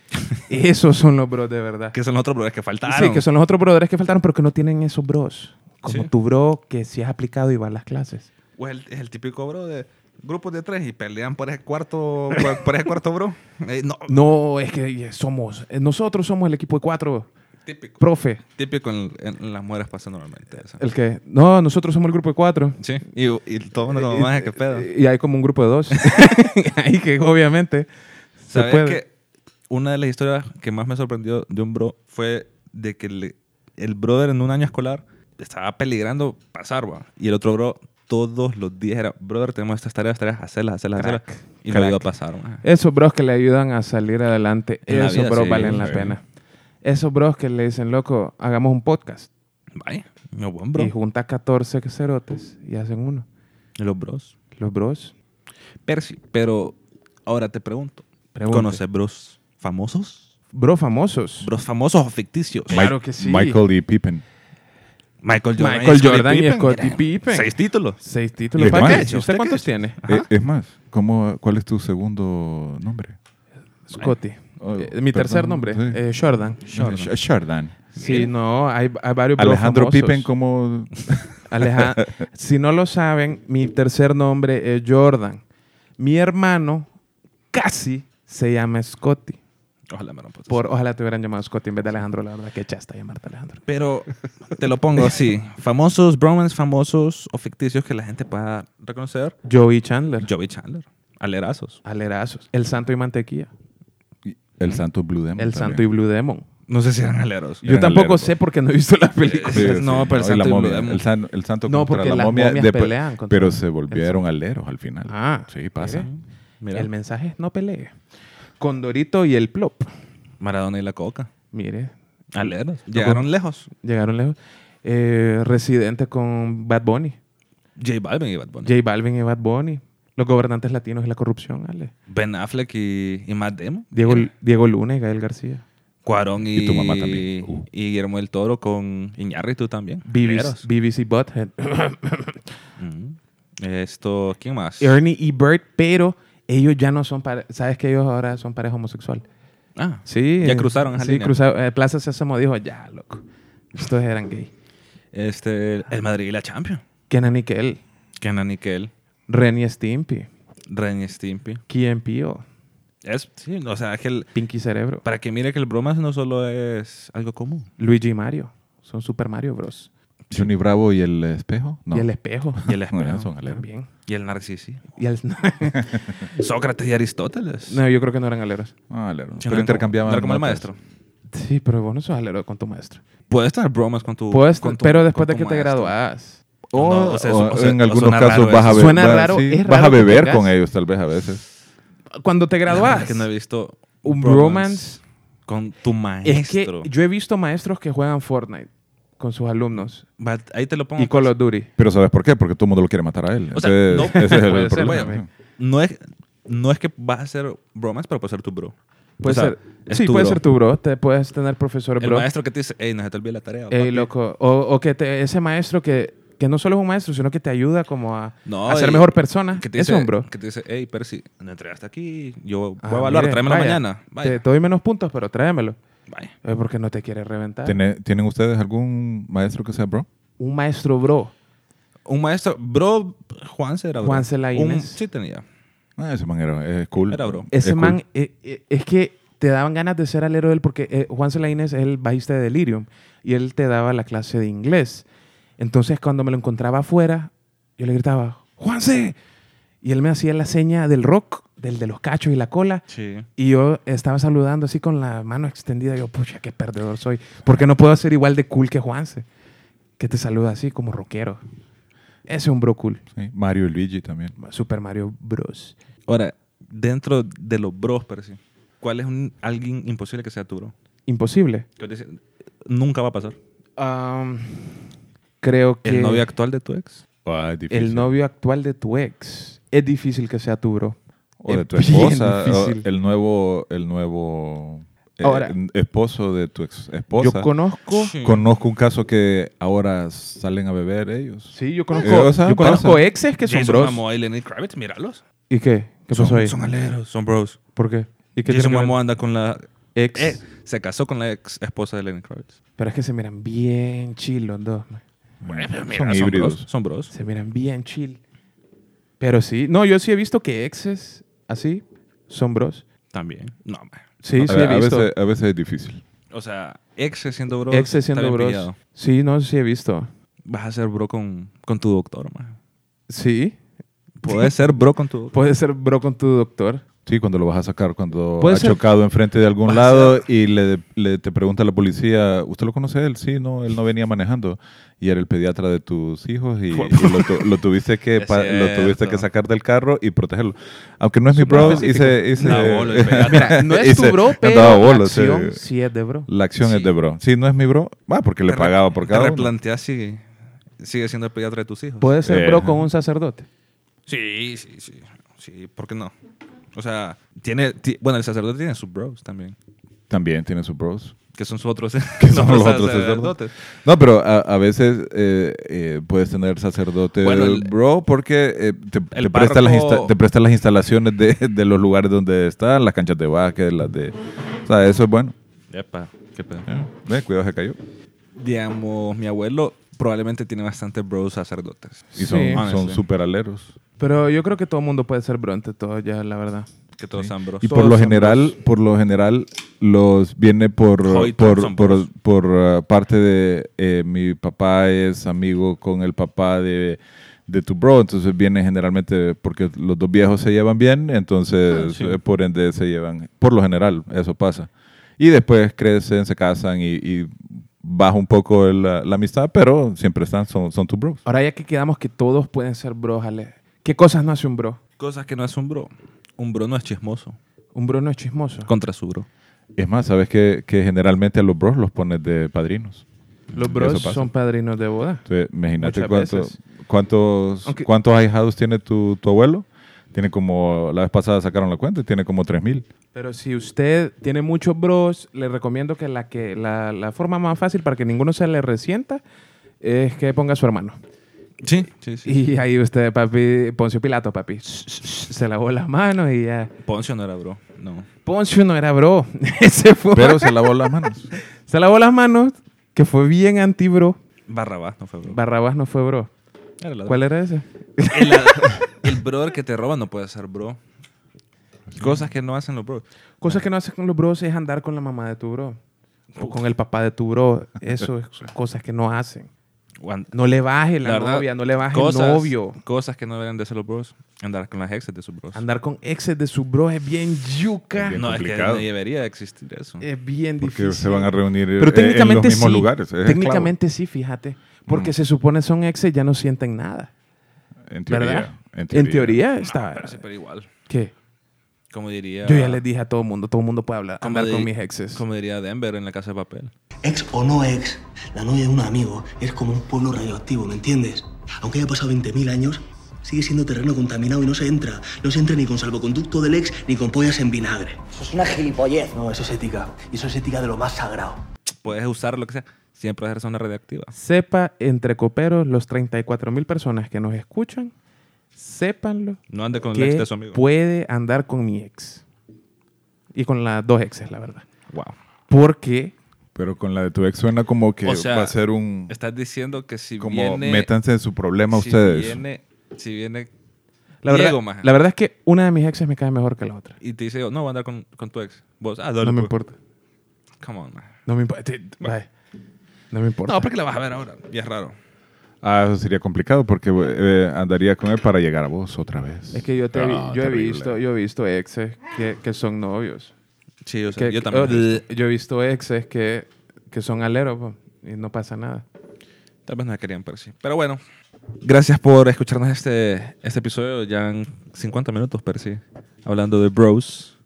[SPEAKER 3] Esos son los bros de verdad.
[SPEAKER 2] Que son los otros brothers que faltaron.
[SPEAKER 3] Sí, que son los otros brothers que faltaron, pero que no tienen esos bros. Como
[SPEAKER 2] Sí.
[SPEAKER 3] tu bro que sí has aplicado y va a las clases.
[SPEAKER 2] O es Pues el, es el típico bro de grupos de tres y pelean por ese cuarto, por, por ese cuarto bro. Eh, no,
[SPEAKER 3] No, es que eh, somos, nosotros somos el equipo de cuatro,
[SPEAKER 2] típico.
[SPEAKER 3] profe.
[SPEAKER 2] Típico en, en las mujeres pasa normalmente eso.
[SPEAKER 3] El que, no, nosotros somos el grupo de cuatro.
[SPEAKER 2] Sí, y, y todo el mundo como, "Maje, qué pedo.
[SPEAKER 3] Y hay como un grupo de dos. Ahí que obviamente se
[SPEAKER 2] ¿Sabes
[SPEAKER 3] puede.
[SPEAKER 2] que una de las historias que más me sorprendió de un bro fue de que le- el brother en un año escolar estaba peligrando pasar, va. Y el otro bro todos los días era, brother, tenemos estas tareas, tareas, hacerlas, hacerlas,
[SPEAKER 3] Crack,
[SPEAKER 2] hacerlas. Y
[SPEAKER 3] crack. Eh,
[SPEAKER 2] lo iba a pasar, ma.
[SPEAKER 3] Esos bros que le ayudan a salir adelante,
[SPEAKER 2] En la
[SPEAKER 3] esos
[SPEAKER 2] vida,
[SPEAKER 3] bros
[SPEAKER 2] sí,
[SPEAKER 3] valen la
[SPEAKER 4] sí.
[SPEAKER 3] pena. Esos bros que le dicen, loco, hagamos un podcast.
[SPEAKER 2] Vaya, no buen bro.
[SPEAKER 3] Y juntas 14 cerotes y hacen uno.
[SPEAKER 2] Los bros.
[SPEAKER 3] Los bros.
[SPEAKER 2] Percy, pero ahora te pregunto,
[SPEAKER 3] Pregunte.
[SPEAKER 2] ¿conoces bros famosos?
[SPEAKER 3] Bros famosos.
[SPEAKER 2] ¿Bros famosos o ficticios?
[SPEAKER 3] Ma- Claro que sí.
[SPEAKER 4] Michael D. Pippen.
[SPEAKER 2] Michael
[SPEAKER 3] Michael Jordan y Scottie
[SPEAKER 2] mira,
[SPEAKER 3] Pippen.
[SPEAKER 2] Seis títulos.
[SPEAKER 3] Seis títulos.
[SPEAKER 4] ¿De
[SPEAKER 3] ¿Para
[SPEAKER 4] qué?
[SPEAKER 3] qué?
[SPEAKER 2] ¿Usted
[SPEAKER 3] ¿Usted
[SPEAKER 2] qué
[SPEAKER 3] cuántos
[SPEAKER 2] es? Ah,
[SPEAKER 3] tiene?
[SPEAKER 4] Eh, es más, ¿cómo, ¿cuál es tu segundo nombre?
[SPEAKER 3] Scotty.
[SPEAKER 4] Oh,
[SPEAKER 3] Eh, mi
[SPEAKER 4] perdón,
[SPEAKER 3] tercer nombre,
[SPEAKER 4] sí.
[SPEAKER 3] eh, Jordan.
[SPEAKER 4] Jordan.
[SPEAKER 3] Sí, no, hay, hay varios bros
[SPEAKER 4] Alejandro
[SPEAKER 3] famosos.
[SPEAKER 4] Pippen como...
[SPEAKER 3] Aleja- si no lo saben, mi tercer nombre es Jordan. Mi hermano casi se llama Scotty.
[SPEAKER 2] Ojalá me lo pases.
[SPEAKER 3] Por, ojalá te hubieran llamado Scotty en vez de Alejandro, la verdad, que chasta llamarte Alejandro.
[SPEAKER 2] Pero te lo pongo así. Famosos, bromance famosos o ficticios que la gente pueda reconocer.
[SPEAKER 3] Joey Chandler.
[SPEAKER 2] Joey Chandler. Alerazos.
[SPEAKER 3] Alerazos. El Santo y Mantequilla.
[SPEAKER 4] El Santo Blue Demon.
[SPEAKER 3] El Santo y Blue Demon.
[SPEAKER 2] No sé si eran aleros.
[SPEAKER 3] Yo
[SPEAKER 4] Eran
[SPEAKER 3] tampoco
[SPEAKER 4] aleros.
[SPEAKER 3] sé porque no he visto la película.
[SPEAKER 2] Sí, No, pero el
[SPEAKER 4] y
[SPEAKER 2] Santo
[SPEAKER 4] la
[SPEAKER 2] y Blue
[SPEAKER 4] momia,
[SPEAKER 2] Demon.
[SPEAKER 4] el, san- el Santo
[SPEAKER 3] No,
[SPEAKER 4] contra
[SPEAKER 3] porque
[SPEAKER 4] la
[SPEAKER 3] las
[SPEAKER 4] momia,
[SPEAKER 3] momias
[SPEAKER 4] después-
[SPEAKER 3] pelean contra-
[SPEAKER 4] pero se volvieron aleros al final.
[SPEAKER 3] Ah,
[SPEAKER 4] sí, pasa.
[SPEAKER 3] mire.
[SPEAKER 2] Mira,
[SPEAKER 3] El mensaje es no pelee. Condorito y el Plop.
[SPEAKER 2] Maradona y la Coca.
[SPEAKER 3] Mire,
[SPEAKER 2] Aleros. Llegaron lejos.
[SPEAKER 3] llegaron lejos. Eh, Residente con Bad Bunny.
[SPEAKER 2] J Balvin y Bad Bunny.
[SPEAKER 3] J Balvin y Bad Bunny. Los gobernantes latinos y la corrupción, Ale.
[SPEAKER 2] Ben Affleck y, y Matt Damon.
[SPEAKER 3] Diego, Diego Luna y Gael García.
[SPEAKER 2] Cuarón y,
[SPEAKER 4] Y tu mamá también. Uh.
[SPEAKER 2] y Guillermo del Toro con Iñárritu también.
[SPEAKER 3] BBC,
[SPEAKER 2] Aleros.
[SPEAKER 3] BBC Butthead.
[SPEAKER 2] Ujú. Esto, ¿quién más?
[SPEAKER 3] Ernie y Bert, pero ellos ya no son pare- ¿Sabes que ellos ahora son pareja homosexual?
[SPEAKER 2] Ah,
[SPEAKER 3] Sí.
[SPEAKER 2] Ya
[SPEAKER 3] eh,
[SPEAKER 2] cruzaron esa
[SPEAKER 3] Sí,
[SPEAKER 2] línea.
[SPEAKER 3] cruzaron. Eh, Plaza Sésamo dijo, ya, loco. Estos eran gay.
[SPEAKER 2] Este, el Madrid y la Champions.
[SPEAKER 3] Kenan Nickel,
[SPEAKER 2] Kenan Nickel,
[SPEAKER 3] Ren y Stimpy,
[SPEAKER 2] Ren y Stimpy.
[SPEAKER 3] Key Pio,
[SPEAKER 2] Es, sí, o sea, que el-
[SPEAKER 3] Pinky Cerebro,
[SPEAKER 2] para que mire que el bromas no solo es algo común.
[SPEAKER 3] Luigi y Mario. Son Super Mario Bros.
[SPEAKER 4] Johnny Bravo y el espejo. No.
[SPEAKER 3] Y el espejo.
[SPEAKER 2] Y el,
[SPEAKER 4] No, esos son aleros.
[SPEAKER 3] También.
[SPEAKER 2] y el narcisismo.
[SPEAKER 3] Y el-
[SPEAKER 2] Sócrates y Aristóteles.
[SPEAKER 3] no, yo creo que no eran aleros.
[SPEAKER 4] Ah, aleros.
[SPEAKER 2] Sí, no
[SPEAKER 4] Pero
[SPEAKER 2] eran
[SPEAKER 4] intercambiaban.
[SPEAKER 2] como- no eran como el
[SPEAKER 4] notas.
[SPEAKER 2] maestro.
[SPEAKER 3] Sí, pero vos no sos alero con tu maestro.
[SPEAKER 2] Puedes tener bromas con tu.
[SPEAKER 3] Puedes-
[SPEAKER 2] Uh, con tu-
[SPEAKER 3] pero después
[SPEAKER 2] con
[SPEAKER 3] de
[SPEAKER 2] tu
[SPEAKER 3] que te Oh,
[SPEAKER 2] maestro.
[SPEAKER 3] graduás.
[SPEAKER 4] O,
[SPEAKER 2] No, o sea,
[SPEAKER 4] o
[SPEAKER 2] o sea,
[SPEAKER 4] en
[SPEAKER 2] no
[SPEAKER 4] algunos
[SPEAKER 2] suena
[SPEAKER 4] casos
[SPEAKER 2] raro
[SPEAKER 4] vas a
[SPEAKER 2] eso.
[SPEAKER 4] ver.
[SPEAKER 3] Suena
[SPEAKER 4] vas-
[SPEAKER 3] raro,
[SPEAKER 4] sí,
[SPEAKER 3] es
[SPEAKER 4] vas a
[SPEAKER 3] raro que
[SPEAKER 4] beber
[SPEAKER 3] tengas-
[SPEAKER 4] con ellos, tal vez a veces.
[SPEAKER 3] Cuando te
[SPEAKER 2] La verdad
[SPEAKER 3] graduás,
[SPEAKER 2] que no he visto
[SPEAKER 3] un
[SPEAKER 2] bromance
[SPEAKER 3] bromance.
[SPEAKER 2] con tu maestro.
[SPEAKER 3] Es que yo he visto maestros que juegan Fortnite con sus alumnos
[SPEAKER 2] But ahí te lo pongo.
[SPEAKER 3] y Call
[SPEAKER 2] pues.
[SPEAKER 3] of Duty.
[SPEAKER 4] Pero ¿sabes por qué? Porque todo el mundo lo quiere matar a él.
[SPEAKER 2] O sea,
[SPEAKER 4] Ese,
[SPEAKER 2] no- pues,
[SPEAKER 4] ese es el,
[SPEAKER 3] puede ser,
[SPEAKER 4] problema.
[SPEAKER 3] también.
[SPEAKER 2] No es, no es que vas a hacer bromas, pero puede ser tu bro.
[SPEAKER 3] Puede
[SPEAKER 2] O sea,
[SPEAKER 3] ser,
[SPEAKER 2] es
[SPEAKER 3] sí,
[SPEAKER 2] tu
[SPEAKER 3] puede
[SPEAKER 2] bro.
[SPEAKER 3] ser tu bro. Te puedes tener profesor
[SPEAKER 2] El
[SPEAKER 3] bro.
[SPEAKER 2] maestro que te dice, hey, no se te olvide la tarea.
[SPEAKER 3] Ey,
[SPEAKER 2] papi".
[SPEAKER 3] loco. O, o que te- ese maestro que, que no solo es un maestro, sino que te ayuda como a,
[SPEAKER 2] No,
[SPEAKER 3] a ser
[SPEAKER 2] y-
[SPEAKER 3] mejor persona.
[SPEAKER 2] Que te dice,
[SPEAKER 3] Ese es un bro.
[SPEAKER 2] Que te dice, hey, Percy, no entregaste aquí, yo voy
[SPEAKER 3] Ah,
[SPEAKER 2] a evaluar,
[SPEAKER 3] mire,
[SPEAKER 2] tráemelo
[SPEAKER 3] vaya,
[SPEAKER 2] mañana. Vaya,
[SPEAKER 3] Te, te doy menos puntos, pero tráemelo.
[SPEAKER 2] vaya.
[SPEAKER 3] Eh, porque no te quiere reventar.
[SPEAKER 4] ¿Tiene- ¿Tienen ustedes algún maestro que sea bro?
[SPEAKER 3] Un maestro bro.
[SPEAKER 2] Un maestro, bro, Juan era bro.
[SPEAKER 3] Juanse la
[SPEAKER 2] Un-
[SPEAKER 3] Inés.
[SPEAKER 2] Sí tenía.
[SPEAKER 4] Ah, ese man era es cool.
[SPEAKER 2] Era bro.
[SPEAKER 3] Ese
[SPEAKER 4] Es cool.
[SPEAKER 3] man, eh, eh, es que te daban ganas de ser alero de él porque eh, Juan Selaines es el bajista de Delirium y él te daba la clase de inglés. Entonces, cuando me lo encontraba afuera, yo le gritaba, ¡Juanse! Y él me hacía la seña del rock, del de los cachos y la cola.
[SPEAKER 2] Sí.
[SPEAKER 3] Y yo estaba saludando así con la mano extendida. Yo, pucha, qué perdedor soy. Porque no puedo ser igual de cool que Juanse, que te saluda así como rockero. Ese es un bro cool.
[SPEAKER 4] Sí, Mario y Luigi también.
[SPEAKER 3] Super Mario Bros.
[SPEAKER 2] Ahora, dentro de los bros, Percy, ¿cuál es un, alguien imposible que sea tu bro?
[SPEAKER 3] Imposible.
[SPEAKER 2] Que te dice, nunca va a pasar.
[SPEAKER 3] Am, creo que
[SPEAKER 2] ¿El novio actual de tu ex?
[SPEAKER 4] Ah, es difícil.
[SPEAKER 3] el novio actual de tu ex es difícil que sea tu bro.
[SPEAKER 4] o de
[SPEAKER 3] es
[SPEAKER 4] tu
[SPEAKER 3] bien
[SPEAKER 4] esposa, o
[SPEAKER 3] difícil.
[SPEAKER 4] el nuevo, el nuevo eh,
[SPEAKER 3] Ahora.
[SPEAKER 4] eh, esposo de tu ex esposa.
[SPEAKER 3] Yo conozco,
[SPEAKER 2] Sí.
[SPEAKER 4] Conozco un caso que ahora salen a beber ellos.
[SPEAKER 3] sí, yo conozco,
[SPEAKER 4] Eh, o sea,
[SPEAKER 3] yo
[SPEAKER 4] pasa.
[SPEAKER 3] conozco exes que son
[SPEAKER 2] Jason
[SPEAKER 3] bros.
[SPEAKER 2] Momoa y Lenny Kravitz, míralos.
[SPEAKER 3] ¿Y qué? ¿Qué pasó
[SPEAKER 2] son,
[SPEAKER 3] ahí?
[SPEAKER 2] Son aleros, son bros.
[SPEAKER 3] ¿Por qué? ¿Y qué tiene
[SPEAKER 2] Jason
[SPEAKER 3] que ver?
[SPEAKER 2] Momoa anda con la...
[SPEAKER 3] Ex.
[SPEAKER 2] eh, se casó con la ex esposa de Lenny Kravitz.
[SPEAKER 3] Pero es que se miran bien chill los dos. man.
[SPEAKER 4] son
[SPEAKER 2] Eh, Mira,
[SPEAKER 4] híbridos.
[SPEAKER 2] bros, son bros.
[SPEAKER 3] Se miran bien chill. Pero sí, no, yo sí he visto que exes así son bros.
[SPEAKER 2] También. No, man.
[SPEAKER 3] Sí, sí
[SPEAKER 4] a,
[SPEAKER 3] he
[SPEAKER 4] a
[SPEAKER 3] visto.
[SPEAKER 4] veces, a veces es difícil.
[SPEAKER 2] O sea, exes siendo bros.
[SPEAKER 3] Exes
[SPEAKER 2] está
[SPEAKER 3] siendo
[SPEAKER 2] bien
[SPEAKER 3] bros.
[SPEAKER 2] pillado.
[SPEAKER 3] Sí, no, sí he visto.
[SPEAKER 2] Vas a ser bro con, con tu doctor, man.
[SPEAKER 3] Sí,
[SPEAKER 2] Puedes ser bro con tu doctor.
[SPEAKER 3] puede ser bro con tu doctor.
[SPEAKER 4] Sí, cuando lo vas a sacar, cuando
[SPEAKER 3] Puede
[SPEAKER 4] ha
[SPEAKER 3] ser-
[SPEAKER 4] chocado enfrente de algún
[SPEAKER 2] Puede
[SPEAKER 4] lado y le, le- te pregunta a la policía, ¿usted lo conoce a él? Sí, no, él no venía manejando. Y era el pediatra de tus hijos y, y lo, tu- lo tuviste que,
[SPEAKER 2] Es
[SPEAKER 4] pa- lo tuviste
[SPEAKER 2] cierto.
[SPEAKER 4] que sacar del carro y protegerlo. Aunque no es mi bro,
[SPEAKER 2] específico.
[SPEAKER 4] hice... hice-
[SPEAKER 2] No, bolo, el pediatra.
[SPEAKER 3] Mira, no es tu
[SPEAKER 4] hice-
[SPEAKER 3] bro, pero
[SPEAKER 4] andaba
[SPEAKER 3] la
[SPEAKER 4] bolo, sí.
[SPEAKER 3] acción sí es de bro.
[SPEAKER 4] La acción es
[SPEAKER 2] Sí.
[SPEAKER 4] de bro. Sí, no es mi bro. Ah, porque le
[SPEAKER 2] Te re-
[SPEAKER 4] pagaba por
[SPEAKER 2] Te
[SPEAKER 4] cada uno.
[SPEAKER 2] replanteas si sigue siendo el pediatra de tus hijos.
[SPEAKER 3] Puede ser
[SPEAKER 4] Eh,
[SPEAKER 3] bro
[SPEAKER 4] ajá.
[SPEAKER 3] con un sacerdote.
[SPEAKER 2] Sí, sí, sí. Sí, ¿por qué no? O sea, tiene, ti- bueno, el sacerdote tiene sus bros también,
[SPEAKER 4] También tiene sus bros.
[SPEAKER 2] que son sus otros,
[SPEAKER 4] Que son los otros sacerdotes. No, pero a, a veces eh, eh, puedes tener sacerdote
[SPEAKER 2] Bueno, el-
[SPEAKER 4] bro porque eh, te,
[SPEAKER 2] el
[SPEAKER 4] te presta las
[SPEAKER 2] párroco-
[SPEAKER 4] insta- te presta las instalaciones de, de los lugares donde están, las canchas de básquet, las de... O sea, eso es bueno.
[SPEAKER 2] Epa, qué pedo.
[SPEAKER 4] Eh, Ve, cuidado, se cayó.
[SPEAKER 2] Digamos, mi abuelo probablemente tiene bastantes bros sacerdotes.
[SPEAKER 4] Y son
[SPEAKER 3] Sí.
[SPEAKER 4] son
[SPEAKER 2] Honestly.
[SPEAKER 4] súper aleros.
[SPEAKER 3] Pero yo creo que todo el mundo puede ser bro ante todo ya, la verdad.
[SPEAKER 2] Que todos son bros.
[SPEAKER 4] Y por lo
[SPEAKER 3] son
[SPEAKER 4] general, por lo general, los viene por,
[SPEAKER 2] Hoy
[SPEAKER 4] por,
[SPEAKER 2] son
[SPEAKER 4] por,
[SPEAKER 2] puros.
[SPEAKER 4] por, uh, parte de eh, mi papá es amigo con el papá de, de tu bro, entonces viene generalmente porque los dos viejos se llevan bien, entonces
[SPEAKER 2] Ah, sí.
[SPEAKER 4] eh, por ende se llevan, por lo general, eso pasa. Y después crecen, se casan y, y baja un poco el, la, la amistad, pero siempre están, son, son tus bros.
[SPEAKER 3] Ahora ya que quedamos que todos pueden ser bros, Ale, ¿qué cosas no hace un bro?
[SPEAKER 2] Cosas que no hace un bro. Un bro no es chismoso
[SPEAKER 3] Un bro no es chismoso.
[SPEAKER 2] contra su bro.
[SPEAKER 4] Es más, sabes que, que generalmente a los bros los pones de padrinos.
[SPEAKER 3] Los
[SPEAKER 4] Eso
[SPEAKER 3] bros
[SPEAKER 4] pasa.
[SPEAKER 3] son padrinos de boda.
[SPEAKER 4] Entonces, imagínate
[SPEAKER 3] Muchas
[SPEAKER 4] cuánto-
[SPEAKER 3] veces.
[SPEAKER 4] cuántos,
[SPEAKER 3] Aunque-
[SPEAKER 4] cuántos ahijados tiene tu, tu abuelo. Tiene como, la vez pasada sacaron la cuenta y tiene como 3000.
[SPEAKER 3] Pero si usted tiene muchos bros, le recomiendo que la, que la, la forma más fácil para que ninguno se le resienta es que ponga a su hermano.
[SPEAKER 2] Sí, sí, sí.
[SPEAKER 3] Y ahí usted, papi, Poncio Pilato, papi, se lavó las manos y ya.
[SPEAKER 2] Poncio no era bro. No.
[SPEAKER 3] Poncio no era bro. Ese fue.
[SPEAKER 4] Pero se lavó las manos.
[SPEAKER 3] se lavó las manos, que fue bien anti-bro.
[SPEAKER 2] Barrabás no fue bro.
[SPEAKER 3] Barrabás no fue bro.
[SPEAKER 2] Era ladrón.
[SPEAKER 3] ¿Cuál era ese?
[SPEAKER 2] El, la- el brother que te roba no puede ser bro. Cosas que no hacen los bros.
[SPEAKER 3] Cosas que no haces con los bros es andar con la mamá de tu bro. O con el papá de tu bro. Eso es cosas que no hacen.
[SPEAKER 2] Guan-
[SPEAKER 3] No le baje la,
[SPEAKER 2] La verdad,
[SPEAKER 3] novia, no le baje
[SPEAKER 2] cosas,
[SPEAKER 3] el novio.
[SPEAKER 2] Cosas que no deberían de ser los bros. Andar con las exes de sus bros.
[SPEAKER 3] Andar con exes de su bro es bien yuca.
[SPEAKER 4] Bien
[SPEAKER 2] no, es que
[SPEAKER 4] complicado.
[SPEAKER 2] no debería de existir eso.
[SPEAKER 3] Es bien
[SPEAKER 4] Porque
[SPEAKER 3] difícil.
[SPEAKER 4] se van a reunir eh,
[SPEAKER 3] Pero técnicamente
[SPEAKER 4] en los mismos
[SPEAKER 3] sí.
[SPEAKER 4] lugares. eh. es
[SPEAKER 3] técnicamente sí, fíjate. Porque
[SPEAKER 4] Mm.
[SPEAKER 3] se supone son exes, ya no sienten nada.
[SPEAKER 4] esclavo. En teoría.
[SPEAKER 3] ¿Verdad?
[SPEAKER 4] En teoría.
[SPEAKER 3] En teoría está...
[SPEAKER 2] Ah, Pero sí, pues. pero igual.
[SPEAKER 3] ¿Qué?
[SPEAKER 2] Como diría.
[SPEAKER 3] Yo ya les dije a todo mundo, todo mundo puede hablar,
[SPEAKER 2] como
[SPEAKER 3] andar
[SPEAKER 2] di-
[SPEAKER 3] con mis exes.
[SPEAKER 2] Como diría Denver en la casa de papel.
[SPEAKER 5] Ex o no ex, la novia de un amigo es como un pueblo radioactivo, ¿me entiendes? Aunque haya pasado 20.000 años, sigue siendo terreno contaminado y no se entra. No se entra ni con salvoconducto del ex ni con pollas en vinagre.
[SPEAKER 6] Eso es una gilipollez.
[SPEAKER 5] No, eso es ética. Y eso es ética de lo más sagrado.
[SPEAKER 2] Puedes usar lo que sea. Siempre vas a ser una radioactiva.
[SPEAKER 3] Sepa, entre coperos, los 34 mil personas que nos escuchan, sépanlo
[SPEAKER 2] No ande con el ex
[SPEAKER 3] que
[SPEAKER 2] de su amigo.
[SPEAKER 3] puede andar con mi ex. Y con las dos exes, la verdad.
[SPEAKER 2] wow.
[SPEAKER 3] Porque
[SPEAKER 4] Pero con la de tu ex suena como que
[SPEAKER 2] O sea,
[SPEAKER 4] va a ser un...
[SPEAKER 2] Estás diciendo que si
[SPEAKER 4] Como
[SPEAKER 2] viene.
[SPEAKER 4] métanse en su problema
[SPEAKER 2] si
[SPEAKER 4] ustedes.
[SPEAKER 2] Viene, si viene
[SPEAKER 3] la verdad,
[SPEAKER 2] Diego, maje.
[SPEAKER 3] la verdad es que una de mis exes me cae mejor que la otra.
[SPEAKER 2] y te dice, "Oh, no, voy a andar con, con tu ex. Vos, ah, dale,
[SPEAKER 3] No me
[SPEAKER 2] pues.
[SPEAKER 3] importa.
[SPEAKER 2] Come on, man.
[SPEAKER 3] No me importa. Bye. No me importa.
[SPEAKER 2] No, porque la vas a ver ahora. Y es raro.
[SPEAKER 4] Ah, eso sería complicado porque eh, andaría con él para llegar a vos otra vez.
[SPEAKER 3] Es que yo, te vi-
[SPEAKER 4] Ah,
[SPEAKER 3] yo he
[SPEAKER 4] terrible.
[SPEAKER 3] visto, yo he visto exes que, que son novios.
[SPEAKER 2] Sí, o sea,
[SPEAKER 3] Que-
[SPEAKER 2] yo
[SPEAKER 3] que-
[SPEAKER 2] también.
[SPEAKER 3] oh, yo he visto exes que, que son aleros po, y no pasa nada.
[SPEAKER 2] Tal vez no me querían, pero sí. Pero bueno, gracias por escucharnos este, este episodio. Ya en 50 minutos, Percy, hablando de bros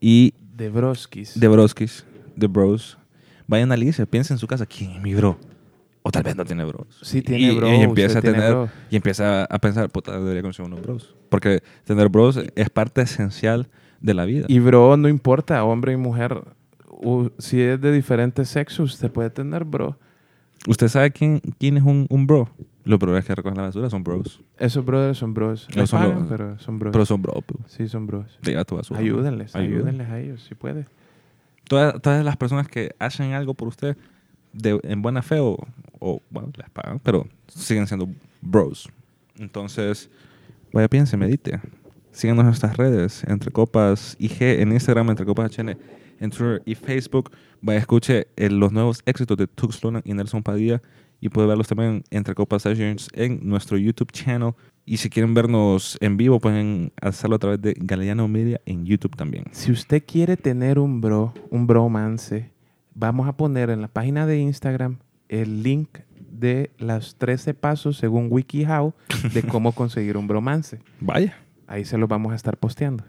[SPEAKER 2] y
[SPEAKER 3] De broskis.
[SPEAKER 2] de broskis, de bros. Vayan a Alicia, piensen en su casa, ¿quién es mi bro? O tal vez no tiene bros.
[SPEAKER 3] Sí tiene
[SPEAKER 2] y,
[SPEAKER 3] bros,
[SPEAKER 2] Y empieza, a
[SPEAKER 3] usted tiene
[SPEAKER 2] tener,
[SPEAKER 3] bros.
[SPEAKER 2] y empieza a pensar, puta, debería conseguir unos bros. Porque tener bros es parte esencial de la vida.
[SPEAKER 3] y bro, no importa, hombre y mujer. U- si es de diferentes sexos, usted puede tener bro.
[SPEAKER 2] ¿Usted sabe quién, quién es un, un bro? Los brothers que recogen la basura son bros.
[SPEAKER 3] Esos brothers son bros.
[SPEAKER 2] No
[SPEAKER 3] No
[SPEAKER 2] son
[SPEAKER 3] pagan,
[SPEAKER 2] bros.
[SPEAKER 3] pero son bros.
[SPEAKER 2] Pero son bros. pues.
[SPEAKER 3] Sí, son bros.
[SPEAKER 2] Te lleva tu basura.
[SPEAKER 3] Ayúdenles,
[SPEAKER 2] Ayuda.
[SPEAKER 3] ayúdenles a ellos, si puede.
[SPEAKER 2] Todas, todas las personas que hacen algo por usted de, en buena fe o, o, bueno, les pagan, pero siguen siendo bros. Entonces, vaya, piense, medite. Síguenos en nuestras redes, Entre Copas IG, en Instagram, Entre Copas HN, en Twitter y Facebook. Vaya, escuche eh, los nuevos éxitos de Tux Luna y Nelson Padilla y puede verlos también en Entre Copas Sessions en nuestro YouTube channel. Y si quieren vernos en vivo, pueden hacerlo a través de Galeano Media en YouTube también.
[SPEAKER 3] Si usted quiere tener un bro, un bromance, vamos a poner en la página de Instagram el link de los 13 pasos según WikiHow de cómo conseguir un bromance.
[SPEAKER 2] Vaya.
[SPEAKER 3] Ahí se los vamos a estar posteando.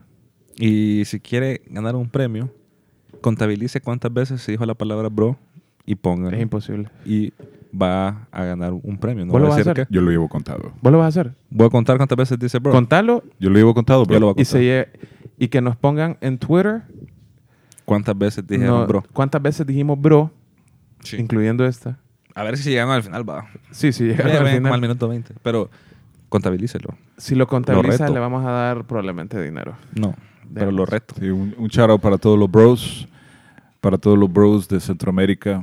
[SPEAKER 2] Y si quiere ganar un premio, contabilice cuántas veces se dijo la palabra bro y
[SPEAKER 3] Es
[SPEAKER 2] póngalo.
[SPEAKER 3] imposible.
[SPEAKER 2] Y va a ganar un premio. No
[SPEAKER 3] ¿Vos
[SPEAKER 2] voy
[SPEAKER 3] lo
[SPEAKER 2] a
[SPEAKER 3] vas a
[SPEAKER 2] decir
[SPEAKER 3] hacer?
[SPEAKER 2] qué.
[SPEAKER 4] Yo lo llevo contado.
[SPEAKER 3] ¿Vos lo vas a hacer?
[SPEAKER 2] Voy a contar cuántas veces dice bro.
[SPEAKER 3] Contalo
[SPEAKER 4] Yo lo llevo contado, bro.
[SPEAKER 2] Yo lo voy a
[SPEAKER 3] y, se
[SPEAKER 2] contar.
[SPEAKER 3] lle- y que nos pongan en Twitter
[SPEAKER 2] ¿Cuántas veces dijeron
[SPEAKER 3] no-
[SPEAKER 2] bro?
[SPEAKER 3] cuántas veces dijimos bro,
[SPEAKER 2] Sí.
[SPEAKER 3] incluyendo esta.
[SPEAKER 2] A ver si llegamos al final, va.
[SPEAKER 3] Sí, sí,
[SPEAKER 2] Ya
[SPEAKER 3] llegaron al
[SPEAKER 2] ven
[SPEAKER 3] final.
[SPEAKER 2] como al minuto 20. Pero contabilícelo.
[SPEAKER 3] Si lo contabiliza,
[SPEAKER 2] reto.
[SPEAKER 3] le vamos a dar probablemente dinero.
[SPEAKER 2] No, pero lo reto.
[SPEAKER 4] Sí, un, un shout out para todos los bros, para todos los bros de Centroamérica,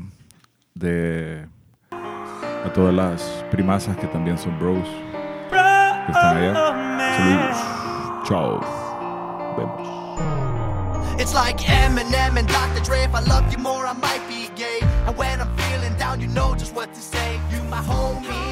[SPEAKER 4] de a todas las primazas que también son bros, que están allá. Saludos. Chao. Vemos.
[SPEAKER 1] It's It's like Eminem and Dr. Dre. If I love you more, I might be gay. And when I'm feeling down, you know just what to say. You my homie.